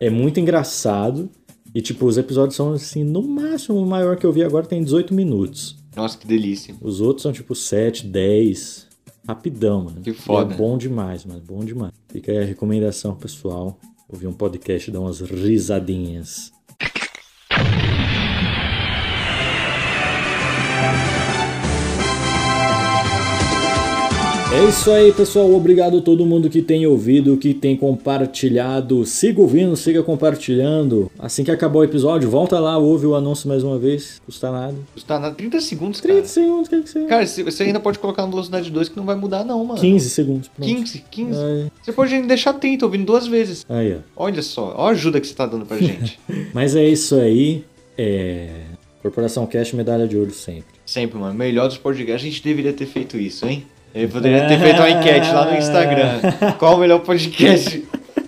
[SPEAKER 1] É muito engraçado. E, tipo, os episódios são assim, no máximo, o maior que eu vi agora tem 18 minutos.
[SPEAKER 2] Nossa, que delícia.
[SPEAKER 1] Os outros são tipo 7, 10. Rapidão, mano.
[SPEAKER 2] Que foda.
[SPEAKER 1] E É bom demais, mano. Bom demais. Fica aí a recomendação, pessoal. Ouvir um podcast e dar umas risadinhas. É isso aí, pessoal. Obrigado a todo mundo que tem ouvido, que tem compartilhado. Siga ouvindo, siga compartilhando. Assim que acabar o episódio, volta lá, ouve o anúncio mais uma vez. Custa nada.
[SPEAKER 2] Custa nada 30 segundos, cara.
[SPEAKER 1] 30 segundos, quer que seja.
[SPEAKER 2] Cara, se- você ainda pode colocar na velocidade 2 que não vai mudar, Ah, não, mano.
[SPEAKER 1] 15 segundos, pronto.
[SPEAKER 2] 15, 15.
[SPEAKER 1] Aí,
[SPEAKER 2] Você pode ainda deixar atento, ouvindo duas vezes.
[SPEAKER 1] aí, ó.
[SPEAKER 2] Olha só, olha a ajuda que você tá dando pra gente.
[SPEAKER 1] Mas é isso aí. É... Corporação Cash, medalha de ouro sempre.
[SPEAKER 2] Sempre, mano. Melhor dos podcasts. A gente deveria ter feito isso, hein? Eu poderia ter feito uma enquete lá no Instagram. Qual o melhor podcast?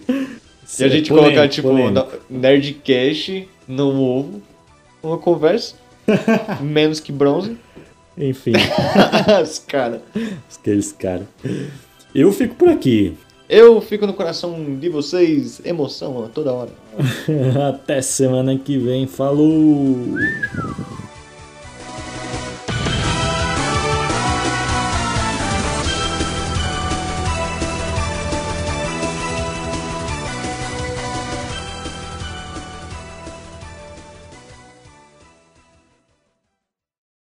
[SPEAKER 2] E a gente
[SPEAKER 1] é Polêmico,
[SPEAKER 2] colocar, tipo,
[SPEAKER 1] polêmico.
[SPEAKER 2] na- Nerdcast no ovo, uma conversa, menos que bronze.
[SPEAKER 1] Enfim,
[SPEAKER 2] Os cara.
[SPEAKER 1] aqueles caras. Eu fico por aqui.
[SPEAKER 2] Eu fico no coração de vocês, emoção a toda hora.
[SPEAKER 1] Até semana que vem. Falou!